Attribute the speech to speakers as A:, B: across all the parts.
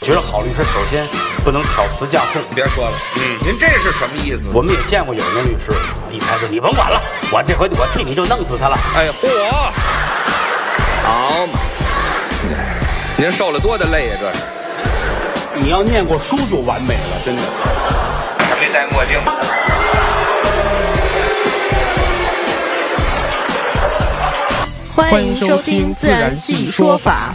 A: 觉得好律师首先不能挑词架讼。
B: 别说了，嗯，您这是什么意思？
A: 我们也见过有的律师，一开始你甭管了，我这回我替你就弄死他了。
B: 哎，嚯，好嘛，您受了多大累呀、这是。
C: 你要念过书就完美了，真的。
B: 还没戴墨镜。
D: 欢迎收听《自然系说法》。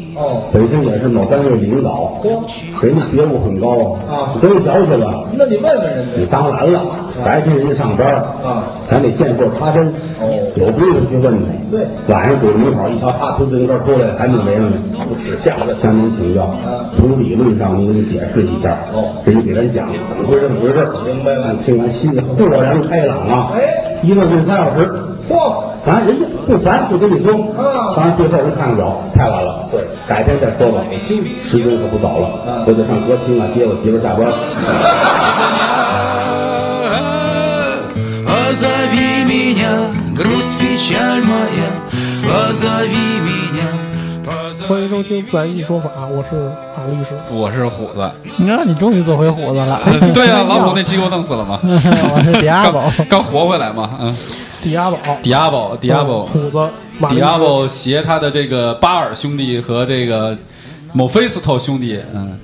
E: 哦
F: 本身也是某单位领导，人家觉悟很高啊，真了解了。
E: 那你问问人家，啊
F: 你当然了，白天人家上班啊，咱得见缝插针，
E: 哦
F: 有规矩去问他。对，晚上给领导一条哈从自行车出来，赶紧围上去，
E: 哦
F: 吓得向您请教，
E: 啊
F: 从理论上您给解释一下，
E: 哦
F: 人家给咱讲怎么回事怎么回事。明白了，听完心里豁然开朗啊！
C: 哎
F: 一问问三小时，
E: 嚯，
F: 咱人家不烦不跟你说，
C: 啊
F: 当然最后人看看表，太晚了，对，改天再说吧，时间可不早了，我得上歌厅啊接我媳妇下班。
G: Позови меня, грусть, печаль моя, позови меня, позови
H: 欢迎收听《自然系说法》，我是马律师。
I: 我是虎子，
H: 你看，你终于做回虎子了。
I: 对 呀、老虎那期给我弄死了嘛，
H: 我是迪亚宝，
I: 刚刚活回来嘛，嗯，
H: 迪亚宝，嗯
I: 迪亚宝，哦迪亚宝，
H: 虎子，马
I: 迪
H: 律师
I: 亚 宝携他的这个巴尔兄弟和这个某菲斯特兄弟，嗯，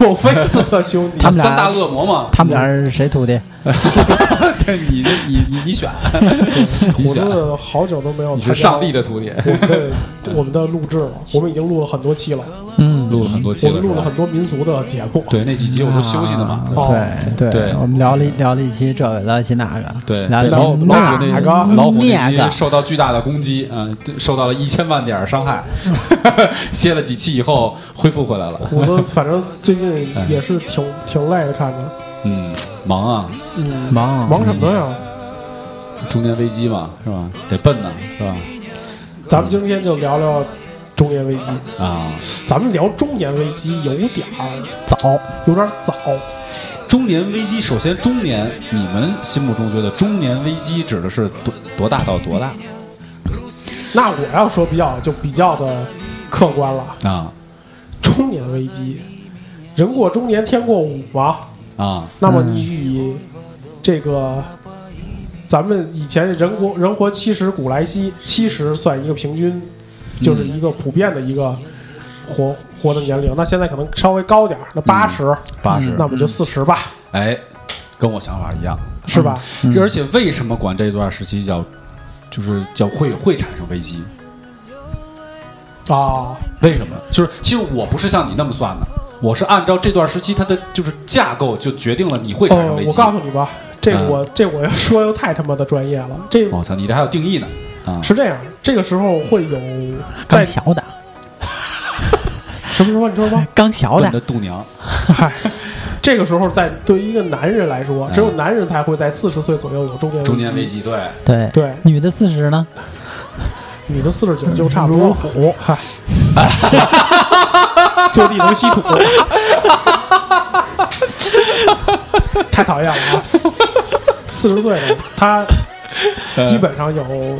H: 某菲斯特兄弟。
I: 他们三大恶魔嘛，
J: 他们俩是谁徒 弟？
I: 嗯你你你你 选，你
H: 虎
I: 选，
H: 子好久都没有
I: 你
H: 参加
I: 是上帝的徒弟，
H: 我们的我们的录制了，我们已经录了很多期了，
J: 嗯，
I: 录了很多期
H: 我
I: 了，
H: 们
I: 是
H: 录了
I: 吧
H: 很多民俗的节目。
I: 对那几集我都休息的嘛，
H: 哦
J: 啊对
I: 对
J: 我们聊了一聊了一期这个，聊了一期那个，
I: 对，老
J: 聊了
I: 老
J: 一
I: 虎
J: 期
I: 那
J: 那
H: 个
I: 老虎
J: 那
I: 那集，
J: 个
I: 受到巨大的攻击，嗯，受到了一千万点儿伤害， 歇了几期以后恢复回来了，
H: 虎子反正最近
I: 哎
H: 也是挺挺累的，看着。
I: 嗯，忙啊，
H: 嗯，
J: 忙
H: 忙什么呀？
I: 中年危机嘛，是吧？得奔呐，是吧？
H: 咱们今天就聊聊中年危机。
I: 啊，
H: 咱们聊中年危机有点儿
J: 早，
H: 有点儿早，
I: 中年危机，首先中年，你们心目中觉得中年危机指的是多多大到多大
H: 那我要说比较就比较的客观了。
I: 啊？
H: 中年危机，人过中年天过午嘛。
I: 啊，
H: 那么你以这个，咱们以前人活人活七十古来稀，七十算一个平均，就是一个普遍的一个活活的年龄。那现在可能稍微高点儿，那八十、
I: 嗯八十
H: 嗯
I: 嗯
H: 那我们就四十吧，
I: 哎，跟我想法一样。
H: 是吧？
I: 而且为什么管这段时期叫，就是叫会会产生危机？嗯
H: 啊，
I: 为什么？就是其实我不是像你那么算的，我是按照这段时期它的就是架构就决定了你会产生
H: 呃
I: 危，机。
H: 我告诉你吧，这
I: 嗯
H: 我、这我要说又太他妈的专业了。这
I: 哦我操，你这还有定义呢啊！
H: 是这样，这个时候会有
J: 刚
H: 在
J: 学的，
H: 什么时候你说吧，
J: 刚学
I: 奔着
J: 的
I: 度娘
H: 嗨，这个时候在对于一个男人来说，
I: 嗯
H: 只有男人才会在四十岁左右有中年
I: 中年危
H: 危。
I: 机，对，
J: 对
H: 对
J: 女的四十呢，
H: 女的四十九就差不多了。
J: 虎，
H: 嗨， 就地能吸土，太讨厌了啊！四十岁了，他
I: 嗯
H: 基本上有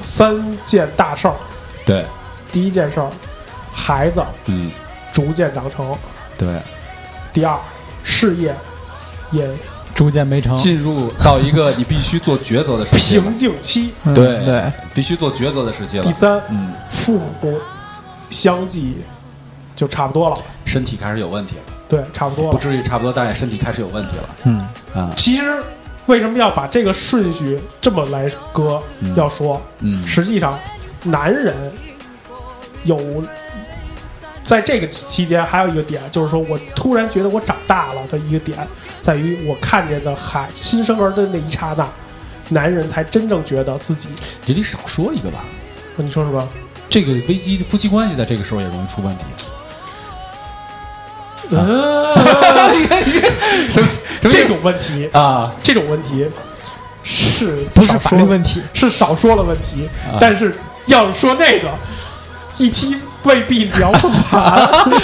H: 三件大事儿。
I: 对，
H: 第一件事儿，孩子
I: 嗯，
H: 逐渐长成；
I: 对，
H: 第二，事业也
J: 逐渐没成，
I: 进入到一个你必须做抉择的时期了
H: 瓶，颈期；
J: 嗯
I: 对
J: 对，
I: 必须做抉择的时期
H: 第
I: 了。
H: 三，
I: 嗯，
H: 父母相继就差不多了，
I: 身体开始有问题了，
H: 对，差不多
I: 不
H: 了。
I: 至于差不多，但也身体开始有问题了
J: 嗯，
I: 啊。
H: 其实为什么要把这个顺序这么来搁？
I: 嗯
H: 要说，
I: 嗯，
H: 实际上男人有在这个期间还有一个点，就是说我突然觉得我长大了的一个点，在于我看见的孩新生儿的那一刹那，男人才真正觉得自己。
I: 这里少说一个吧，
H: 你说什么？
I: 这个危机夫妻关系在这个时候也容易出问题。
H: 呃，
I: 你看，你看，什么什么
H: 这种问题，
I: 啊？
H: 这种问题是
J: 不
H: 少
J: 是法
H: 说
J: 律问题，
H: 是少说了问题，
I: 啊
H: 但是要说那个一期未必聊不完。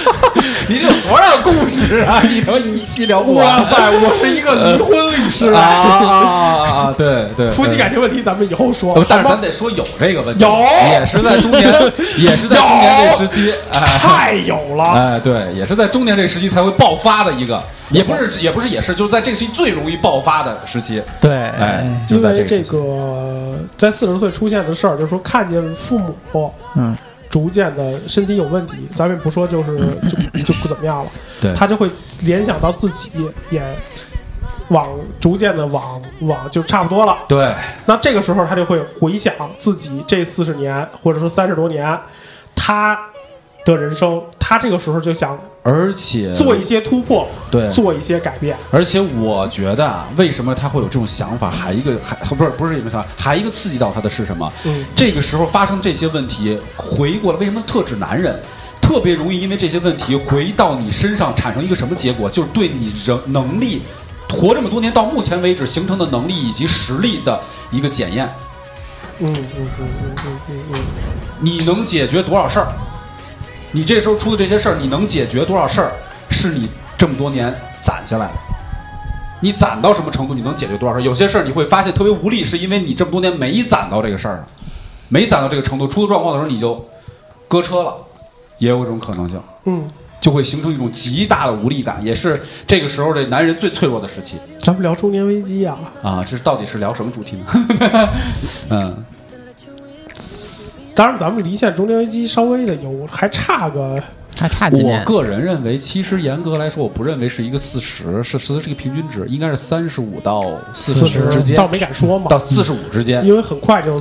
I: 您有多少故事啊？你能一期聊不
H: 哇
I: 完？
H: 塞，我是一个离婚律师
I: 啊啊啊啊啊！对对，
H: 夫妻
I: 嗯
H: 感情问题咱们以后说
I: 呃，但
H: 好
I: 是咱
H: 吗
I: 得说有这个问题，
H: 有
I: 也是在中年，也是在中年这时期，哎。
H: 太有了，
I: 哎，对，也是在中年这个时期才会爆发的一个，也不是，也不是，也是，就是在这个时期最容易爆发的时期。
J: 对，
I: 哎，就是
H: 因
I: 在
H: 为
I: 个
H: 这
I: 时期。
H: 个在四十岁出现的事儿，就是说看见父母
J: 嗯，
H: 逐渐的身体有问题，咱们也不说就是就就不怎么样了，
I: 对
H: 他就会联想到自己也往逐渐的往往就差不多了。
I: 对，
H: 那这个时候他就会回想自己这四十年或者说三十多年，他的人生，他这个时候就想
I: 而且
H: 做一些突破，
I: 对
H: 做一些改变。
I: 而且我觉得啊，为什么他会有这种想法？还一个还不是不是有这种想法，还一个刺激到他的是什么？
H: 嗯
I: 这个时候发生这些问题，回过来为什么特指男人？特别容易因为这些问题回到你身上，产生一个什么结果？就是对你人能力，活这么多年到目前为止形成的能力以及实力的一个检验。
H: 嗯嗯嗯嗯嗯嗯嗯，
I: 你能解决多少事儿？你这时候出的这些事儿，你能解决多少事儿？是你这么多年攒下来的。你攒到什么程度，你能解决多少事儿？有些事儿你会发现特别无力，是因为你这么多年没攒到这个事儿，没攒到这个程度，出了状况的时候你就搁车了，也有一种可能性，
H: 嗯，
I: 就会形成一种极大的无力感，也是这个时候这男人最脆弱的时期
H: 咱们聊中年危机啊，
I: 啊。这是到底是聊什么主题呢？ 嗯，
H: 当然咱们离现在中年危机稍微的有还差个，
J: 还差几
I: 我
J: 年，
I: 个人认为，其实严格来说，我不认为是一个四十，是是是一个平均值，应该是三十五到四十之间，
H: 倒没敢说嘛
I: 到，四十五之间，
H: 因为很快就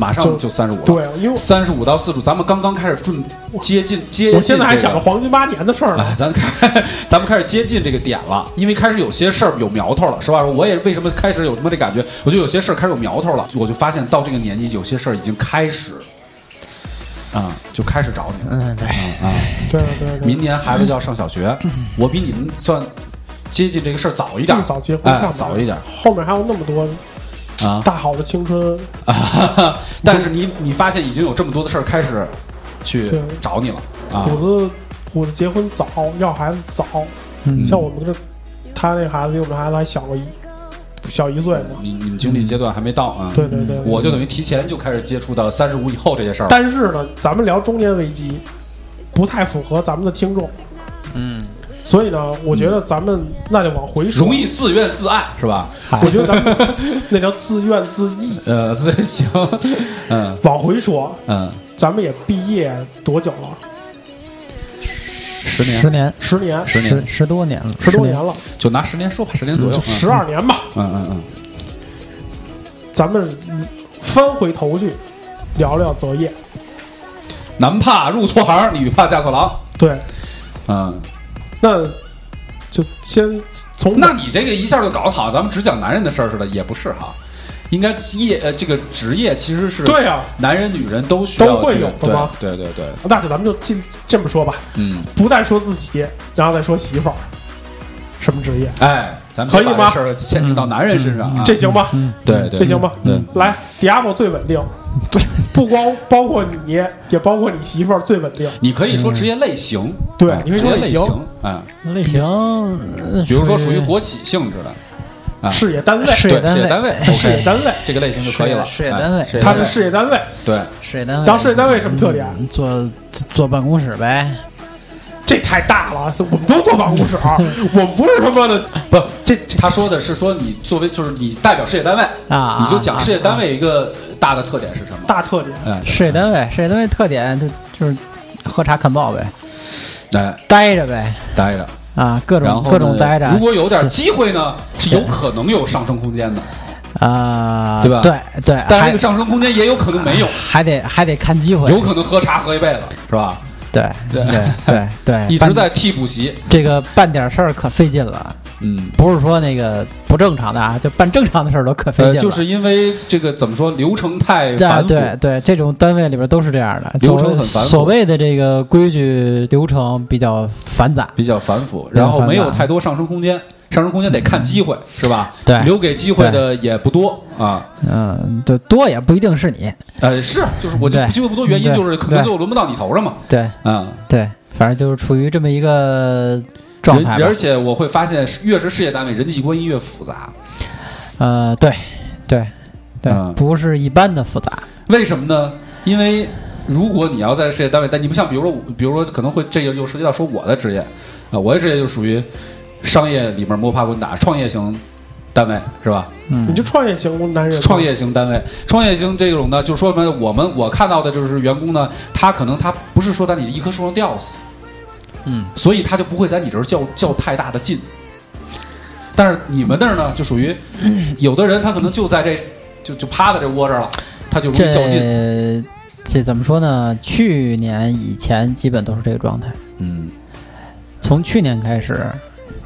I: 马上就三十五了。
H: 对，因为
I: 三十五到四十，咱们刚刚开始准接近接近、这个。
H: 我现在还想着黄金八年的事儿呢。
I: 哎，咱开， 咱们开始接近这个点了，因为开始有些事儿有苗头了，是吧？我也为什么开始有他妈这感觉，我就有些事儿开始有苗头了，我就发现到这个年纪，有些事儿已经开始，啊、就开始找你了，
J: 嗯，对，
I: 啊、
H: 对对对，
I: 明年孩子就要上小 学，我比你们算接近这个事儿早一
H: 这
I: 点
H: 么，早结婚干
I: 哎
H: 嘛，
I: 早一点
H: 后面还有那么多
I: 啊
H: 大好的青春，
I: 啊！ 但是你你发现已经有这么多的事儿开始去
H: 对
I: 找你了啊！
H: 虎子虎子结婚早，要孩子早，
J: 嗯，
H: 像我们这他那孩子比我们孩子还小个一小一岁嘛。
I: 你你们经历阶段还没到啊，
H: 嗯对对对，对
I: 我就等于提前就开始接触到三十五以后这些事儿了。
H: 但是呢，咱们聊中年危机，不太符合咱们的听众，
J: 嗯，
H: 所以呢，我觉得咱们那就往回说，
I: 容易自怨自艾是吧？
H: 我觉得咱们 那叫自怨自艾。
I: 呃， 自行，嗯
H: 往回说，
I: 嗯，
H: 咱们也毕业多久了？
I: 十年，
J: 十年，
H: 十年，
I: 十年，
J: 十十多年了，
H: 十多年了，
I: 就拿十年说吧，十年左右，
H: 就
I: 嗯
H: 十，二年吧。
I: 嗯嗯嗯，
H: 咱们嗯翻回头去聊聊择业，
I: 嗯男怕入错行，女怕嫁错郎，
H: 对，
I: 嗯。
H: 那就先从
I: 那你这个一下就搞得好，咱们只讲男人的事儿似的，也不是哈。应该业呃，这个职业其实是
H: 对啊，
I: 男人女人都需要
H: 都会
I: 去
H: 有的吗
I: 对对对对，
H: 那就咱们就这这么说吧，
I: 嗯，
H: 不再说自己，然后再说媳妇儿，什么职业，
I: 哎，咱们别
H: 可以
I: 把
H: 吗嗯
I: 这事儿限定到男人身上啊。
H: 这行吧？
I: 对对，嗯
H: 这行吧？
I: 对，
H: 来，Diablo 最稳定，不光包括你，也包括你媳妇儿最稳定。
I: 你可以说职业类型，
H: 对
I: 啊
H: 你可以
I: 职
H: 说
I: 业
H: 类
I: 类
H: 型
I: 型，啊，
J: 类型，呃
I: 比如说属于国企性质的，啊
H: 事业单位，
J: 事
I: 对
J: 业
I: 事业单
J: 位，
I: 位
H: 事业
I: ，OK，
H: 单位，
I: 这个类型就可以了。
J: 事业
I: 哎
J: 单位
I: 事业
H: 他
I: 单
H: 是
I: 位
H: 事业单位，
I: 对，
J: 事业单位，
H: 当事业单位什么特点？
J: 嗯坐坐办公室呗，
H: 这太大了，我们都坐办公室，啊 我们不是他妈的
I: 不，
H: 这这
I: 他说的是说你作为就是你代表事业单位，
J: 啊，
I: 你就讲
J: 啊
I: 事业单位一个呃大的特点是什么？
H: 大特点。
I: 哎
J: 事业单位，事业单位特点就就是喝茶看报呗，
I: 哎，
J: 待着呗，
I: 待着。
J: 啊，各
I: 然
J: 种
I: 后
J: 各
I: 呢
J: 种待着。
I: 如果有点
J: 是
I: 机会呢，是有可能有上升空间的，
J: 啊，
I: 对吧
J: 对对，
I: 但是
J: 还
I: 这个上升空间也有可能没有，
J: 还得还得看机会，
I: 有可能喝茶喝一辈子，是吧？
J: 对
I: 对
J: 对对对，
I: 一
J: 办
I: 直在替补席，
J: 这个办点事儿可费劲了，
I: 嗯，
J: 不是说那个不正常的啊，就办正常的事儿都可费
I: 呃
J: 劲，了。
I: 就是因为这个怎么说，流程太
J: 对
I: 繁复，
J: 对对，这种单位里边都是这样的，
I: 流程
J: 所谓
I: 很繁复
J: 所谓的这个规矩流程比较繁杂，
I: 比较繁复，
J: 较
I: 然后
J: 繁啊
I: 没有
J: 杂
I: 太多上升空间，上升空间得看机会，是吧？
J: 对
I: 留给机会的也不多啊。
J: 嗯，对，多也不一定是你，
I: 呃，是，就是我就
J: 对
I: 机会不多，原因
J: 对
I: 就是可能
J: 对
I: 最后轮不到你头上嘛。
J: 对
I: 啊，
J: 对，反正就是处于这么一个状
I: 人
J: 态吧
I: 而且我会发现，越是事业单位，人际关系越复杂。
J: 呃，对对对、
I: 嗯
J: 不是一般的复杂，
I: 为什么呢？因为如果你要在事业单位，但你不像，比如说我，比如说可能会这个又涉及到说我的职业，啊、我的职业就属于商业里面摸爬滚打，创业型单位是吧？
H: 你
J: 嗯，
H: 就创业型男人，
I: 创业型单位，创业型这种呢，就说什么？我们我看到的就是员工呢，他可能他不是说在你的一棵树上吊死，
J: 嗯，
I: 所以他就不会在你这儿较较太大的劲。但是你们那儿呢，就属于有的人他可能就在这就就趴在这窝着了，他就容易较劲。
J: 这这怎么说呢？去年以前基本都是这个状态，
I: 嗯，
J: 从去年开始，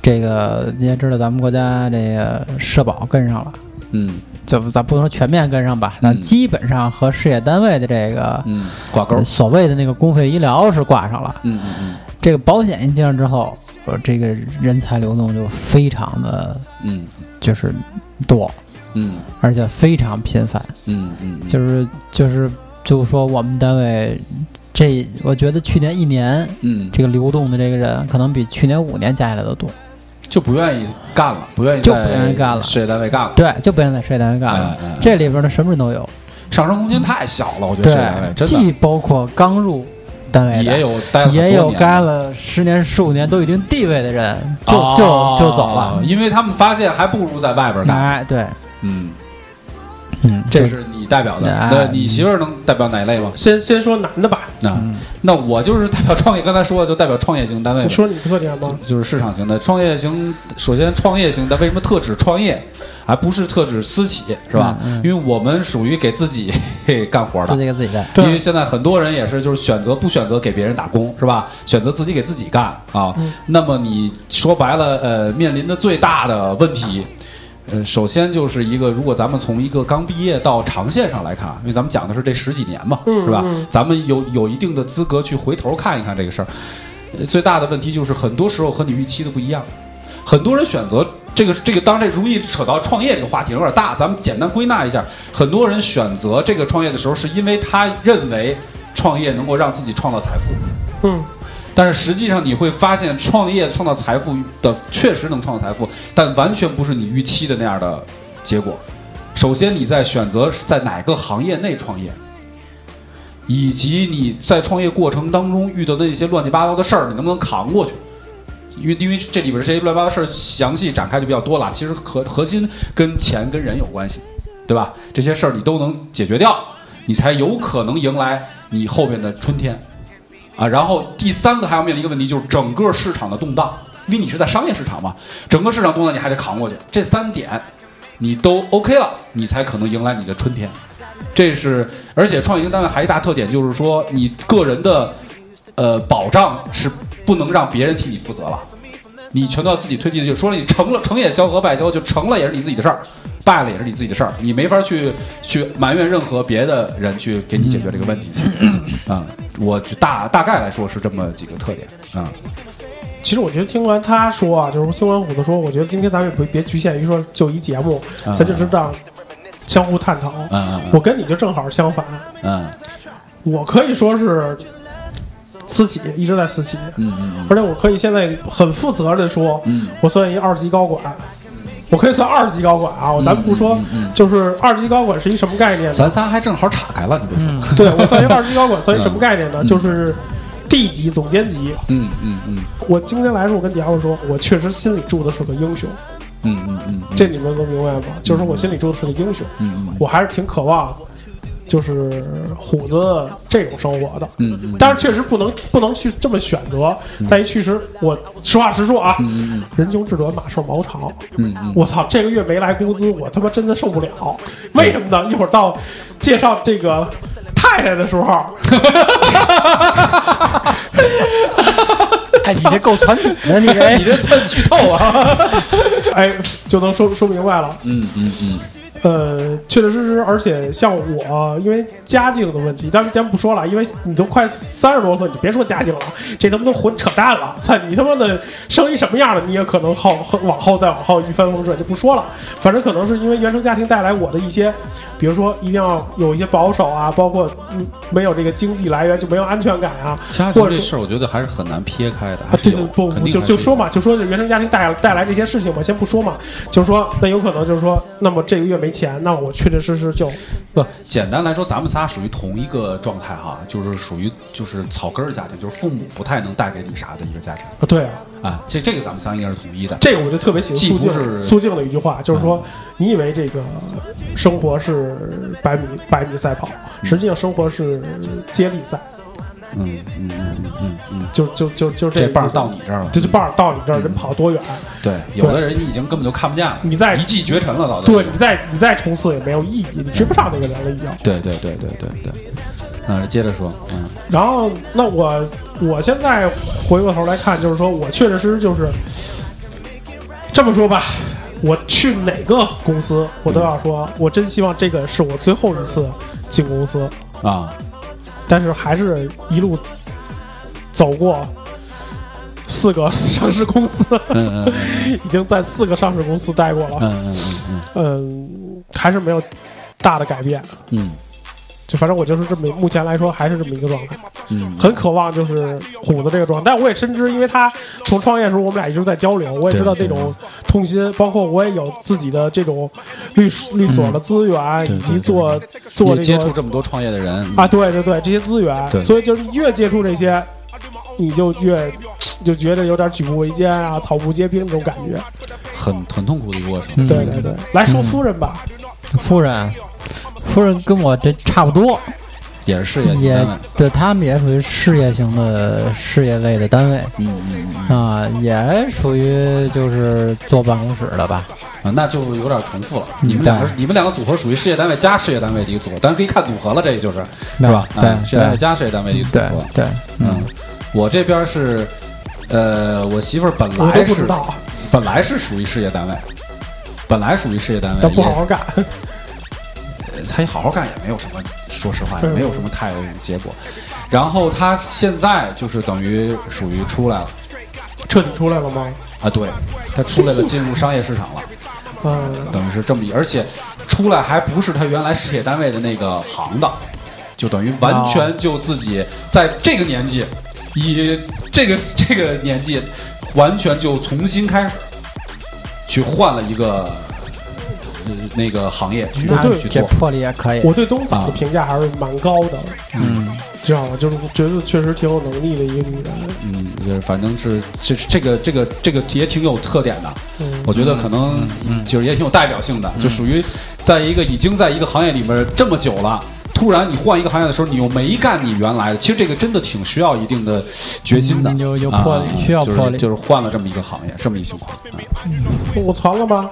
J: 这个你也知道咱们国家这个社保跟上了。
I: 嗯
J: 就咱不能说全面跟上吧，那
I: 嗯
J: 基本上和事业单位的这个、呃
I: 嗯，挂钩。
J: 所谓的那个公费医疗是挂上了。
I: 嗯嗯嗯
J: 这个保险一进上之后，呃，这个人才流动就非常的
I: 嗯
J: 就是多，
I: 嗯
J: 而且非常频繁。
I: 嗯嗯，
J: 就是就是就说我们单位这，我觉得去年一年
I: 嗯
J: 这个流动的这个人，可能比去年五年加起来都多。
I: 就不愿意干了，不愿意
J: 就
I: 在
J: 不愿意干了
I: 事业单位干了，
J: 对，就不愿意在事业单位干了。
I: 哎哎哎
J: 这里边的什么人都有，
I: 上升空间太小了，我觉得事业单位
J: 对，
I: 真的。
J: 既包括刚入单位的
I: 也有待了很多
J: 也有
I: 年
J: 干了十年、十五年都已经地位的人，就、
I: 哦
J: 就就走了。
I: 因为他们发现还不如在外边干。
J: 哎，对，
I: 嗯，
J: 嗯，
I: 这
J: 就是
I: 你代表的
J: 哎。嗯
I: 对，你媳妇儿能代表哪一类吗？
H: 先先说男的吧，
I: 那那我就是代表创业，刚才说的就代表创业型单位
H: 你
I: 嘛。
H: 说你特点
I: 就
H: 吗？
I: 就是市场型的创业型，首先创业型的为什么特指创业，而不是特指私企，是吧？
J: 嗯嗯
I: 因为我们属于给自己 干活的
J: 自，己给自 己干。
H: 对
I: 因为现在很多人也是，就是选择不选择给别人打工，是吧？选择自己给自己干啊。
H: 嗯
I: 那么你说白了，呃，面临的最大的问题，呃，首先就是一个，如果咱们从一个刚毕业到长线上来看，因为咱们讲的是这十几年嘛，
H: 嗯
I: 是吧
H: 嗯？
I: 咱们有有一定的资格去回头看一看这个事儿。呃最大的问题就是，很多时候和你预期的不一样，很多人选择。这个这个，当然这容易扯到创业这个话题有点大，咱们简单归纳一下，很多人选择这个创业的时候，是因为他认为创业能够让自己创造财富，
H: 嗯，
I: 但是实际上你会发现，创业创造财富的确实能创造财富，但完全不是你预期的那样的结果。首先，你在选择是在哪个行业内创业，以及你在创业过程当中遇到的那些乱七八糟的事儿，你能不能扛过去？因为因为这里边这些乱七八糟事儿详细展开就比较多了，其实核核心跟钱跟人有关系，对吧？这些事儿你都能解决掉，你才有可能迎来你后面的春天啊。然后第三个还要面临一个问题，就是整个市场的动荡，因为你是在商业市场嘛，整个市场动荡你还得扛过去，这三点你都 OK 了，你才可能迎来你的春天。这是，而且创业型单位还一大特点就是说，你个人的呃保障是不能让别人替你负责了。你全都要自己推进，就说了你成了成也萧何，败也萧何，就成了也是你自己的事儿，败了也是你自己的事儿，你没法去去埋怨任何别的人去给你解决这个问题。啊、我就大大概来说是这么几个特点啊、
H: 其实我觉得听完他说啊，就是听完虎子说，我觉得今天咱们也不别局限于说就一节目，
I: 嗯
H: 咱就知道相互探讨。
I: 嗯嗯
H: 我跟你就正好相反，
I: 嗯
H: 我可以说是私企，一直在私企，
I: 嗯嗯
H: 而且我可以现在很负责任的说，
I: 嗯
H: 我算一二级高管，我可以算二级高管啊。咱不说
I: 嗯嗯嗯，
H: 就是二级高管是一什么概念
I: 嗯，
H: 呢？
I: 咱仨还正好岔开了，你别说，
J: 嗯，
H: 对我算一二级高管，算一什么概念呢？
I: 嗯
H: 就是地级总监级。
I: 嗯嗯嗯
H: 我今天来时候，我跟迪奥说，我确实心里住的是个英雄，
I: 嗯嗯嗯，嗯
H: 这你们能明白吗？就是我心里住的是个英雄，
I: 嗯嗯
H: 我还是挺渴望，就是虎子这种生活的。
I: 嗯嗯，
H: 但是确实不能不能去这么选择，但一确实，我实话实说啊，
I: 嗯
H: 人穷志短，马瘦毛长。
I: 嗯嗯
H: 我操，这个月没来工资，我他妈真的受不了。为什么呢？一会儿到介绍这个 太太的时候，
J: 哎，你这够传底 的，你这
I: 你这算剧透啊！
H: 哎，就能说说明白了。
I: 嗯嗯嗯，
H: 呃，确确实实，而且像我，因为家境的问题，咱们先不说了，因为你都快三十多岁，你别说家境了，这他妈都混扯淡了。操你他妈的生一什么样了，你也可能后后往后再往后一帆风顺就不说了。反正可能是因为原生家庭带来我的一些，比如说一定要有一些保守啊，包括嗯没有这个经济来源就没有安全感啊，
I: 家
H: 或
I: 庭
H: 者
I: 这
H: 是
I: 事儿，我觉得还是很难撇开的。
H: 啊，对对，不
I: 肯
H: 不
I: 定
H: 就
I: 还是
H: 就
I: 有
H: 说嘛，就说这原生家庭带带来这些事情嘛，先不说嘛，就是说那有可能就是说，那么这个月没钱，那我确确实实就啊
I: 不简单来说，咱们仨属于同一个状态哈，就是属于就是草根儿家庭，就是父母不太能带给你啥的一个家庭
H: 啊，对啊，
I: 啊。这这个咱们仨应该是统一的。
H: 这个我就特别喜
I: 既
H: 欢苏
I: 不是啊
H: 静苏静的一句话，就是说，你以为这个生活是百米百米赛跑，实际上生活是接力赛，
I: 嗯嗯嗯嗯嗯嗯，
H: 就就就就
I: 这
H: 这
I: 棒儿
H: 意思
I: 到你这儿了。
H: 这这棒儿到你这儿，人跑多远？
I: 对，有的人你已经根本就看不见了，
H: 你在
I: 一骑绝尘了，早就
H: 哎对你再你再冲刺也没有意义，你追不上那个人了已经。
I: 对对对对对对。那接着说，嗯
H: 然后，那我我现在回过头来看，就是说我确确实实就是这么说吧，我去哪个公司，我都要说，我真希望这个是我最后一次进公司，
I: 啊，
H: 但是还是一路走过四个上市公司，
I: 嗯嗯嗯
H: 已经在四个上市公司待过了，
I: 嗯嗯嗯
H: 嗯，还是没有大的改变，
I: 嗯
H: 就反正我就是这么，目前来说还是这么一个状态。
I: 嗯
H: 很渴望就是虎子这个状态，但我也深知，因为他从创业的时候我们俩一直在交流，我也知道这种痛心，包括我也有自己的这种律师律所的资源，
I: 嗯对
H: 以及做
I: 嗯，
H: 做
I: 你
H: 这
I: 接触
H: 个
I: 这么多创业的人
H: 啊，，对对对，这些资
I: 对
H: 源，所以就是越接触这些，你就越就觉得有点举步维艰啊，草木皆兵这种感觉。
I: 很很痛苦的一个过程。
J: 嗯
H: 对对对，来说夫人吧，
J: 夫人，夫人跟我这差不多，
I: 也是事业
J: 也
I: 单位，
J: 对他们也属于事业型的事业类的单位
I: 嗯嗯嗯
J: 啊、也属于就是坐办公室的吧。
I: 啊，那就有点重复了。
J: 嗯
I: 你们两个，你们两个组合属于事业单位加事业单位的一个组合，但是可以看组合了，这也就是是
J: 对
I: 吧？
J: 对
I: 啊事业单位
J: 对
I: 加事业单位的一个组
J: 对
I: 合。
J: 对，
I: 嗯，我这边是，呃，我媳妇儿本
H: 我都
I: 来
H: 不知
I: 是
H: 道，
I: 本来是属于事业单位，本来属于事业单位，
H: 要不好好干，
I: 也她也好好干也没有什么，说实话也
H: 嗯
I: 没有什么太结果。然后她现在就是等于属于出来了
H: 彻底出来了吗？
I: 啊，对，她出来了，进入商业市场了。
H: 嗯，
I: 等于是这么一，而且出来还不是他原来事业单位的那个行当，就等于完全就自己在这个年纪，以这个这个年纪，完全就重新开始，去换了一个、呃、那个行业去
H: 那对
I: 去
J: 这
I: 做。
J: 魄力也可
I: 哎
J: 以。
H: 我对东
I: 啊
H: 嫂的评价还是蛮高的。
J: 嗯，
H: 知道吗？就是觉得确实挺有能力的一个女人。
I: 嗯，就是反正是这这个这个这个也挺有特点的，
H: 嗯，
I: 我觉得可能就是也挺有代表性的，就属于在一个已经在一个行业里面这么久了。突然你换一个行业的时候，你又没干你原来的，其实这个真的挺需要一定的决心的，
J: 嗯有有
I: 啊
J: 魄力
I: 啊
J: 需要
I: 就是
J: 魄力
I: 就是换了这么一个行业，这么一情况。啊
H: 我传 了吧？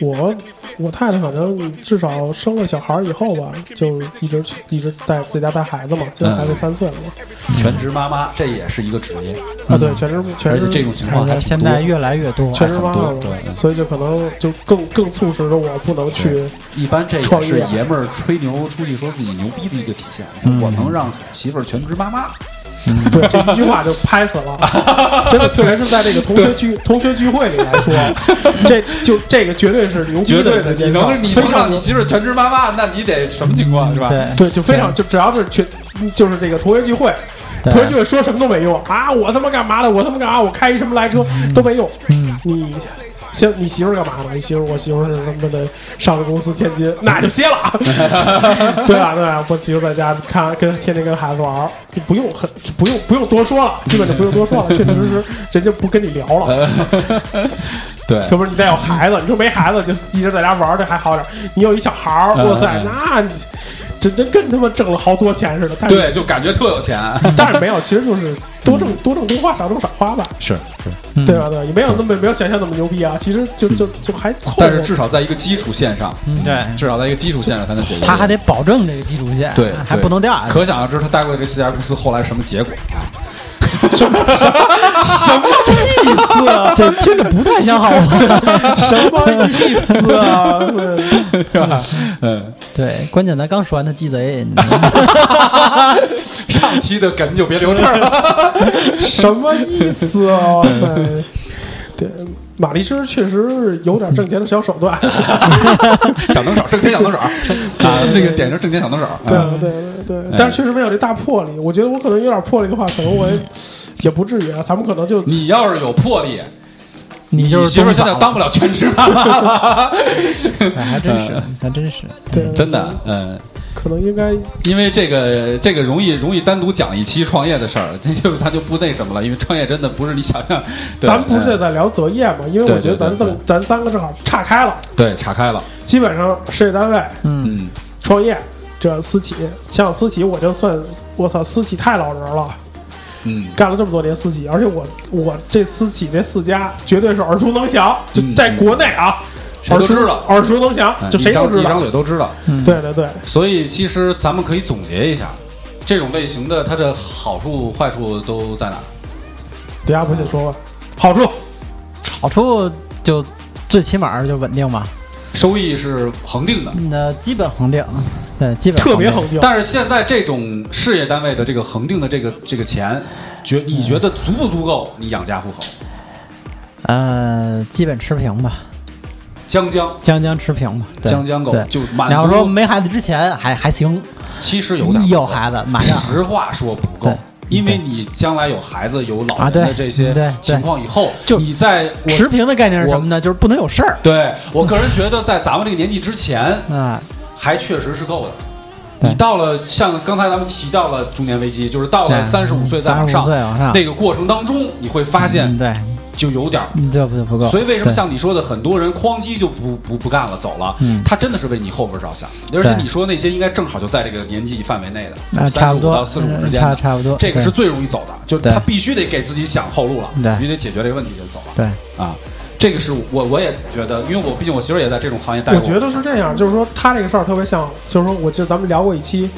H: 我我太太反正至少生了小孩以后吧，就一直一直带在家带孩子
I: 嗯
H: 嘛，现在孩子三岁了嘛。
I: 全职妈妈这也是一个职业，
H: 啊，对，全职全
I: 嗯而且
H: 职
I: 这种情况还挺
J: 现
I: 多
J: 在越来越多。
H: 全职妈妈
I: 很多对
H: 嘛，所以就可能就更更促使着我不能去。
I: 一般这也
H: 创
I: 是
H: 业
I: 爷们儿吹牛出去说自己牛逼的一个体现。我能让媳妇儿全职妈妈，
H: 对，这一句话就拍死 了，真的，特别是在这个同学聚同学聚会里来 说，这就这个绝对是牛逼
I: 绝对的，
H: 的
I: 你
H: 一件事儿
I: 能你
H: 非
I: 能
H: 常
I: 让
H: 牛
I: 你媳妇儿全职妈妈，那你得什么情况是吧？
J: 哎对
H: 对，就非常就只要是群，就是这个同学聚会，同学聚
J: 对，
H: 会说什么都没用啊！我他妈干嘛的？我他妈干嘛？我开一什么来车都没用。
J: 嗯，
H: 你先，你媳妇儿干嘛呢？你媳妇儿，我媳妇儿是他妈的上市公司天 津，那就歇了。对啊，对啊，我媳妇儿在家看，跟天天跟孩子玩儿，就不用很不用不用多说了，基本就不用多说了，确确 实实人家不跟你聊了。
I: 对，
H: 特别是你再有孩子，你说没孩子就一直在家玩儿，这还好点儿。你有一小孩儿，
I: 嗯
H: 哇塞
I: 嗯，
H: 那你真真跟他妈挣了好多钱似的。 但是
I: 对，就感觉特有钱。
H: 但是没有，其实就是多挣多挣多花，少挣少花吧，
I: 是，
J: 嗯
H: 对吧？对吧，也没有那么没有想象那么牛逼啊。其实就就就还凑合。
I: 嗯但是至少在一个基础线上，
J: 嗯对，
I: 至少在一个基础线上才能解决。
J: 他还得保证这个基础线，
I: 对，
J: 还
I: 对
J: 不能掉下去。
I: 可想而知，他待过的这四家公司后来是什么结果啊？什么什么什么
J: 这意思、啊，这听着不太像好话。
H: 什么意思啊？ 对
I: 是吧？ 嗯，
J: 对，关键咱刚说完的鸡贼，哎你知道吗
I: 上期的梗就别留这儿了。
H: 什么意思啊？
I: 嗯
H: 对 对，玛丽诗确实是有点挣钱的小手段。
I: 嗯小能手，挣钱小能手啊，那个典型挣钱小能手。
H: 对
I: 嗯
H: 对对对，但是确实没有这大魄力。我觉得我可能有点魄力的话，可能我也
I: 嗯
H: 也不至于啊。咱们可能就
I: 你要是有魄力，
J: 你就
I: 你
J: 是
I: 媳妇儿现
J: 东
I: 在
J: 厂
I: 当不了全职妈妈了。嗯
J: 哎还真是，还真是。
H: 对
I: 真的，嗯，
H: 可能应该
I: 因为这个这个容易容易单独讲一期创业的事儿，这就他就不那什么了，因为创业真的不是你想象。对
H: 咱不是
I: 嗯
H: 在聊择业嘛，因为我觉
I: 对对
H: 得咱
I: 对
H: 咱咱三个正好岔开了，
I: 对岔开了，
H: 基本上事业单位、
J: 嗯，
I: 嗯，
H: 创业这私企，像私企我就算我操，私企太老人了，
I: 嗯，
H: 干了这么多年私企，而且我我这私企这四家绝对是耳熟能详，就
I: 嗯
H: 在国内啊，
I: 谁都知道哎
H: 耳熟耳熟能详，就谁都
I: 一张
H: 知
I: 一张
H: 道。
I: 嘴都知道。
J: 嗯
H: 对对对，
I: 所以其实咱们可以总结一下，这种类型的它的好处坏处都在哪？
H: 李亚不信说吧，好处
J: 好处就最起码就稳定吧，
I: 收益是恒定的，
J: 那基本恒定，对，基本
H: 特别
J: 恒
H: 恒定，
I: 但是现在这种事业单位的这个恒定的这个这个钱，觉你觉得足不足够你养家糊口？
J: 定，呃，基本持平吧，
I: 将将
J: 将将持平吧，对
I: 将将够
J: 对，
I: 就满
J: 你要说
I: 足。
J: 没孩子之前还还行，
I: 其实有点不够
J: 有孩子马上
I: 实话说不够
J: 对。
I: 因为你将来有孩子、有老
J: 啊
I: 人
J: 对
I: 的这些
J: 对对
I: 情况以后，
J: 就
I: 你在我
J: 持平的概念是什么呢？就是不能有事儿
I: 对我个人觉得，在咱们这个年纪之前，
J: 啊，
I: 还确实是够的。
J: 对
I: 你到了像刚才咱们提到了中年危机，就是到了
J: 对
I: 三十五岁再往
J: 35
I: 上
J: 岁往上
I: 那个过程当中，你会发
J: 嗯
I: 现
J: 对，
I: 就有点儿。
J: 嗯这不不够，
I: 所以为什么
J: 对
I: 像你说的，很多人哐叽就不不不干了，走了
J: 嗯？
I: 他真的是为你后边着想，而且
J: 对
I: 你说那些应该正好就在这个年纪范围内
J: 啊
I: 的，
J: 差
I: 三
J: 不
I: 十五
J: 多呃嗯
I: 到四十五之间
J: 差
I: 的，
J: 差不多，
I: 这个
J: 对
I: 是最容易走的，就是
J: 对
I: 他必须得给自己想后路了，
J: 对
I: 必须得解决这个问题就走了
J: 对
I: 啊。这个是我我也觉得，因为我毕竟我媳妇儿也在这种行业待
H: 我
I: 过，
H: 觉得是这样，就是说他这个事儿特别像，就是说我记得咱们聊过一期。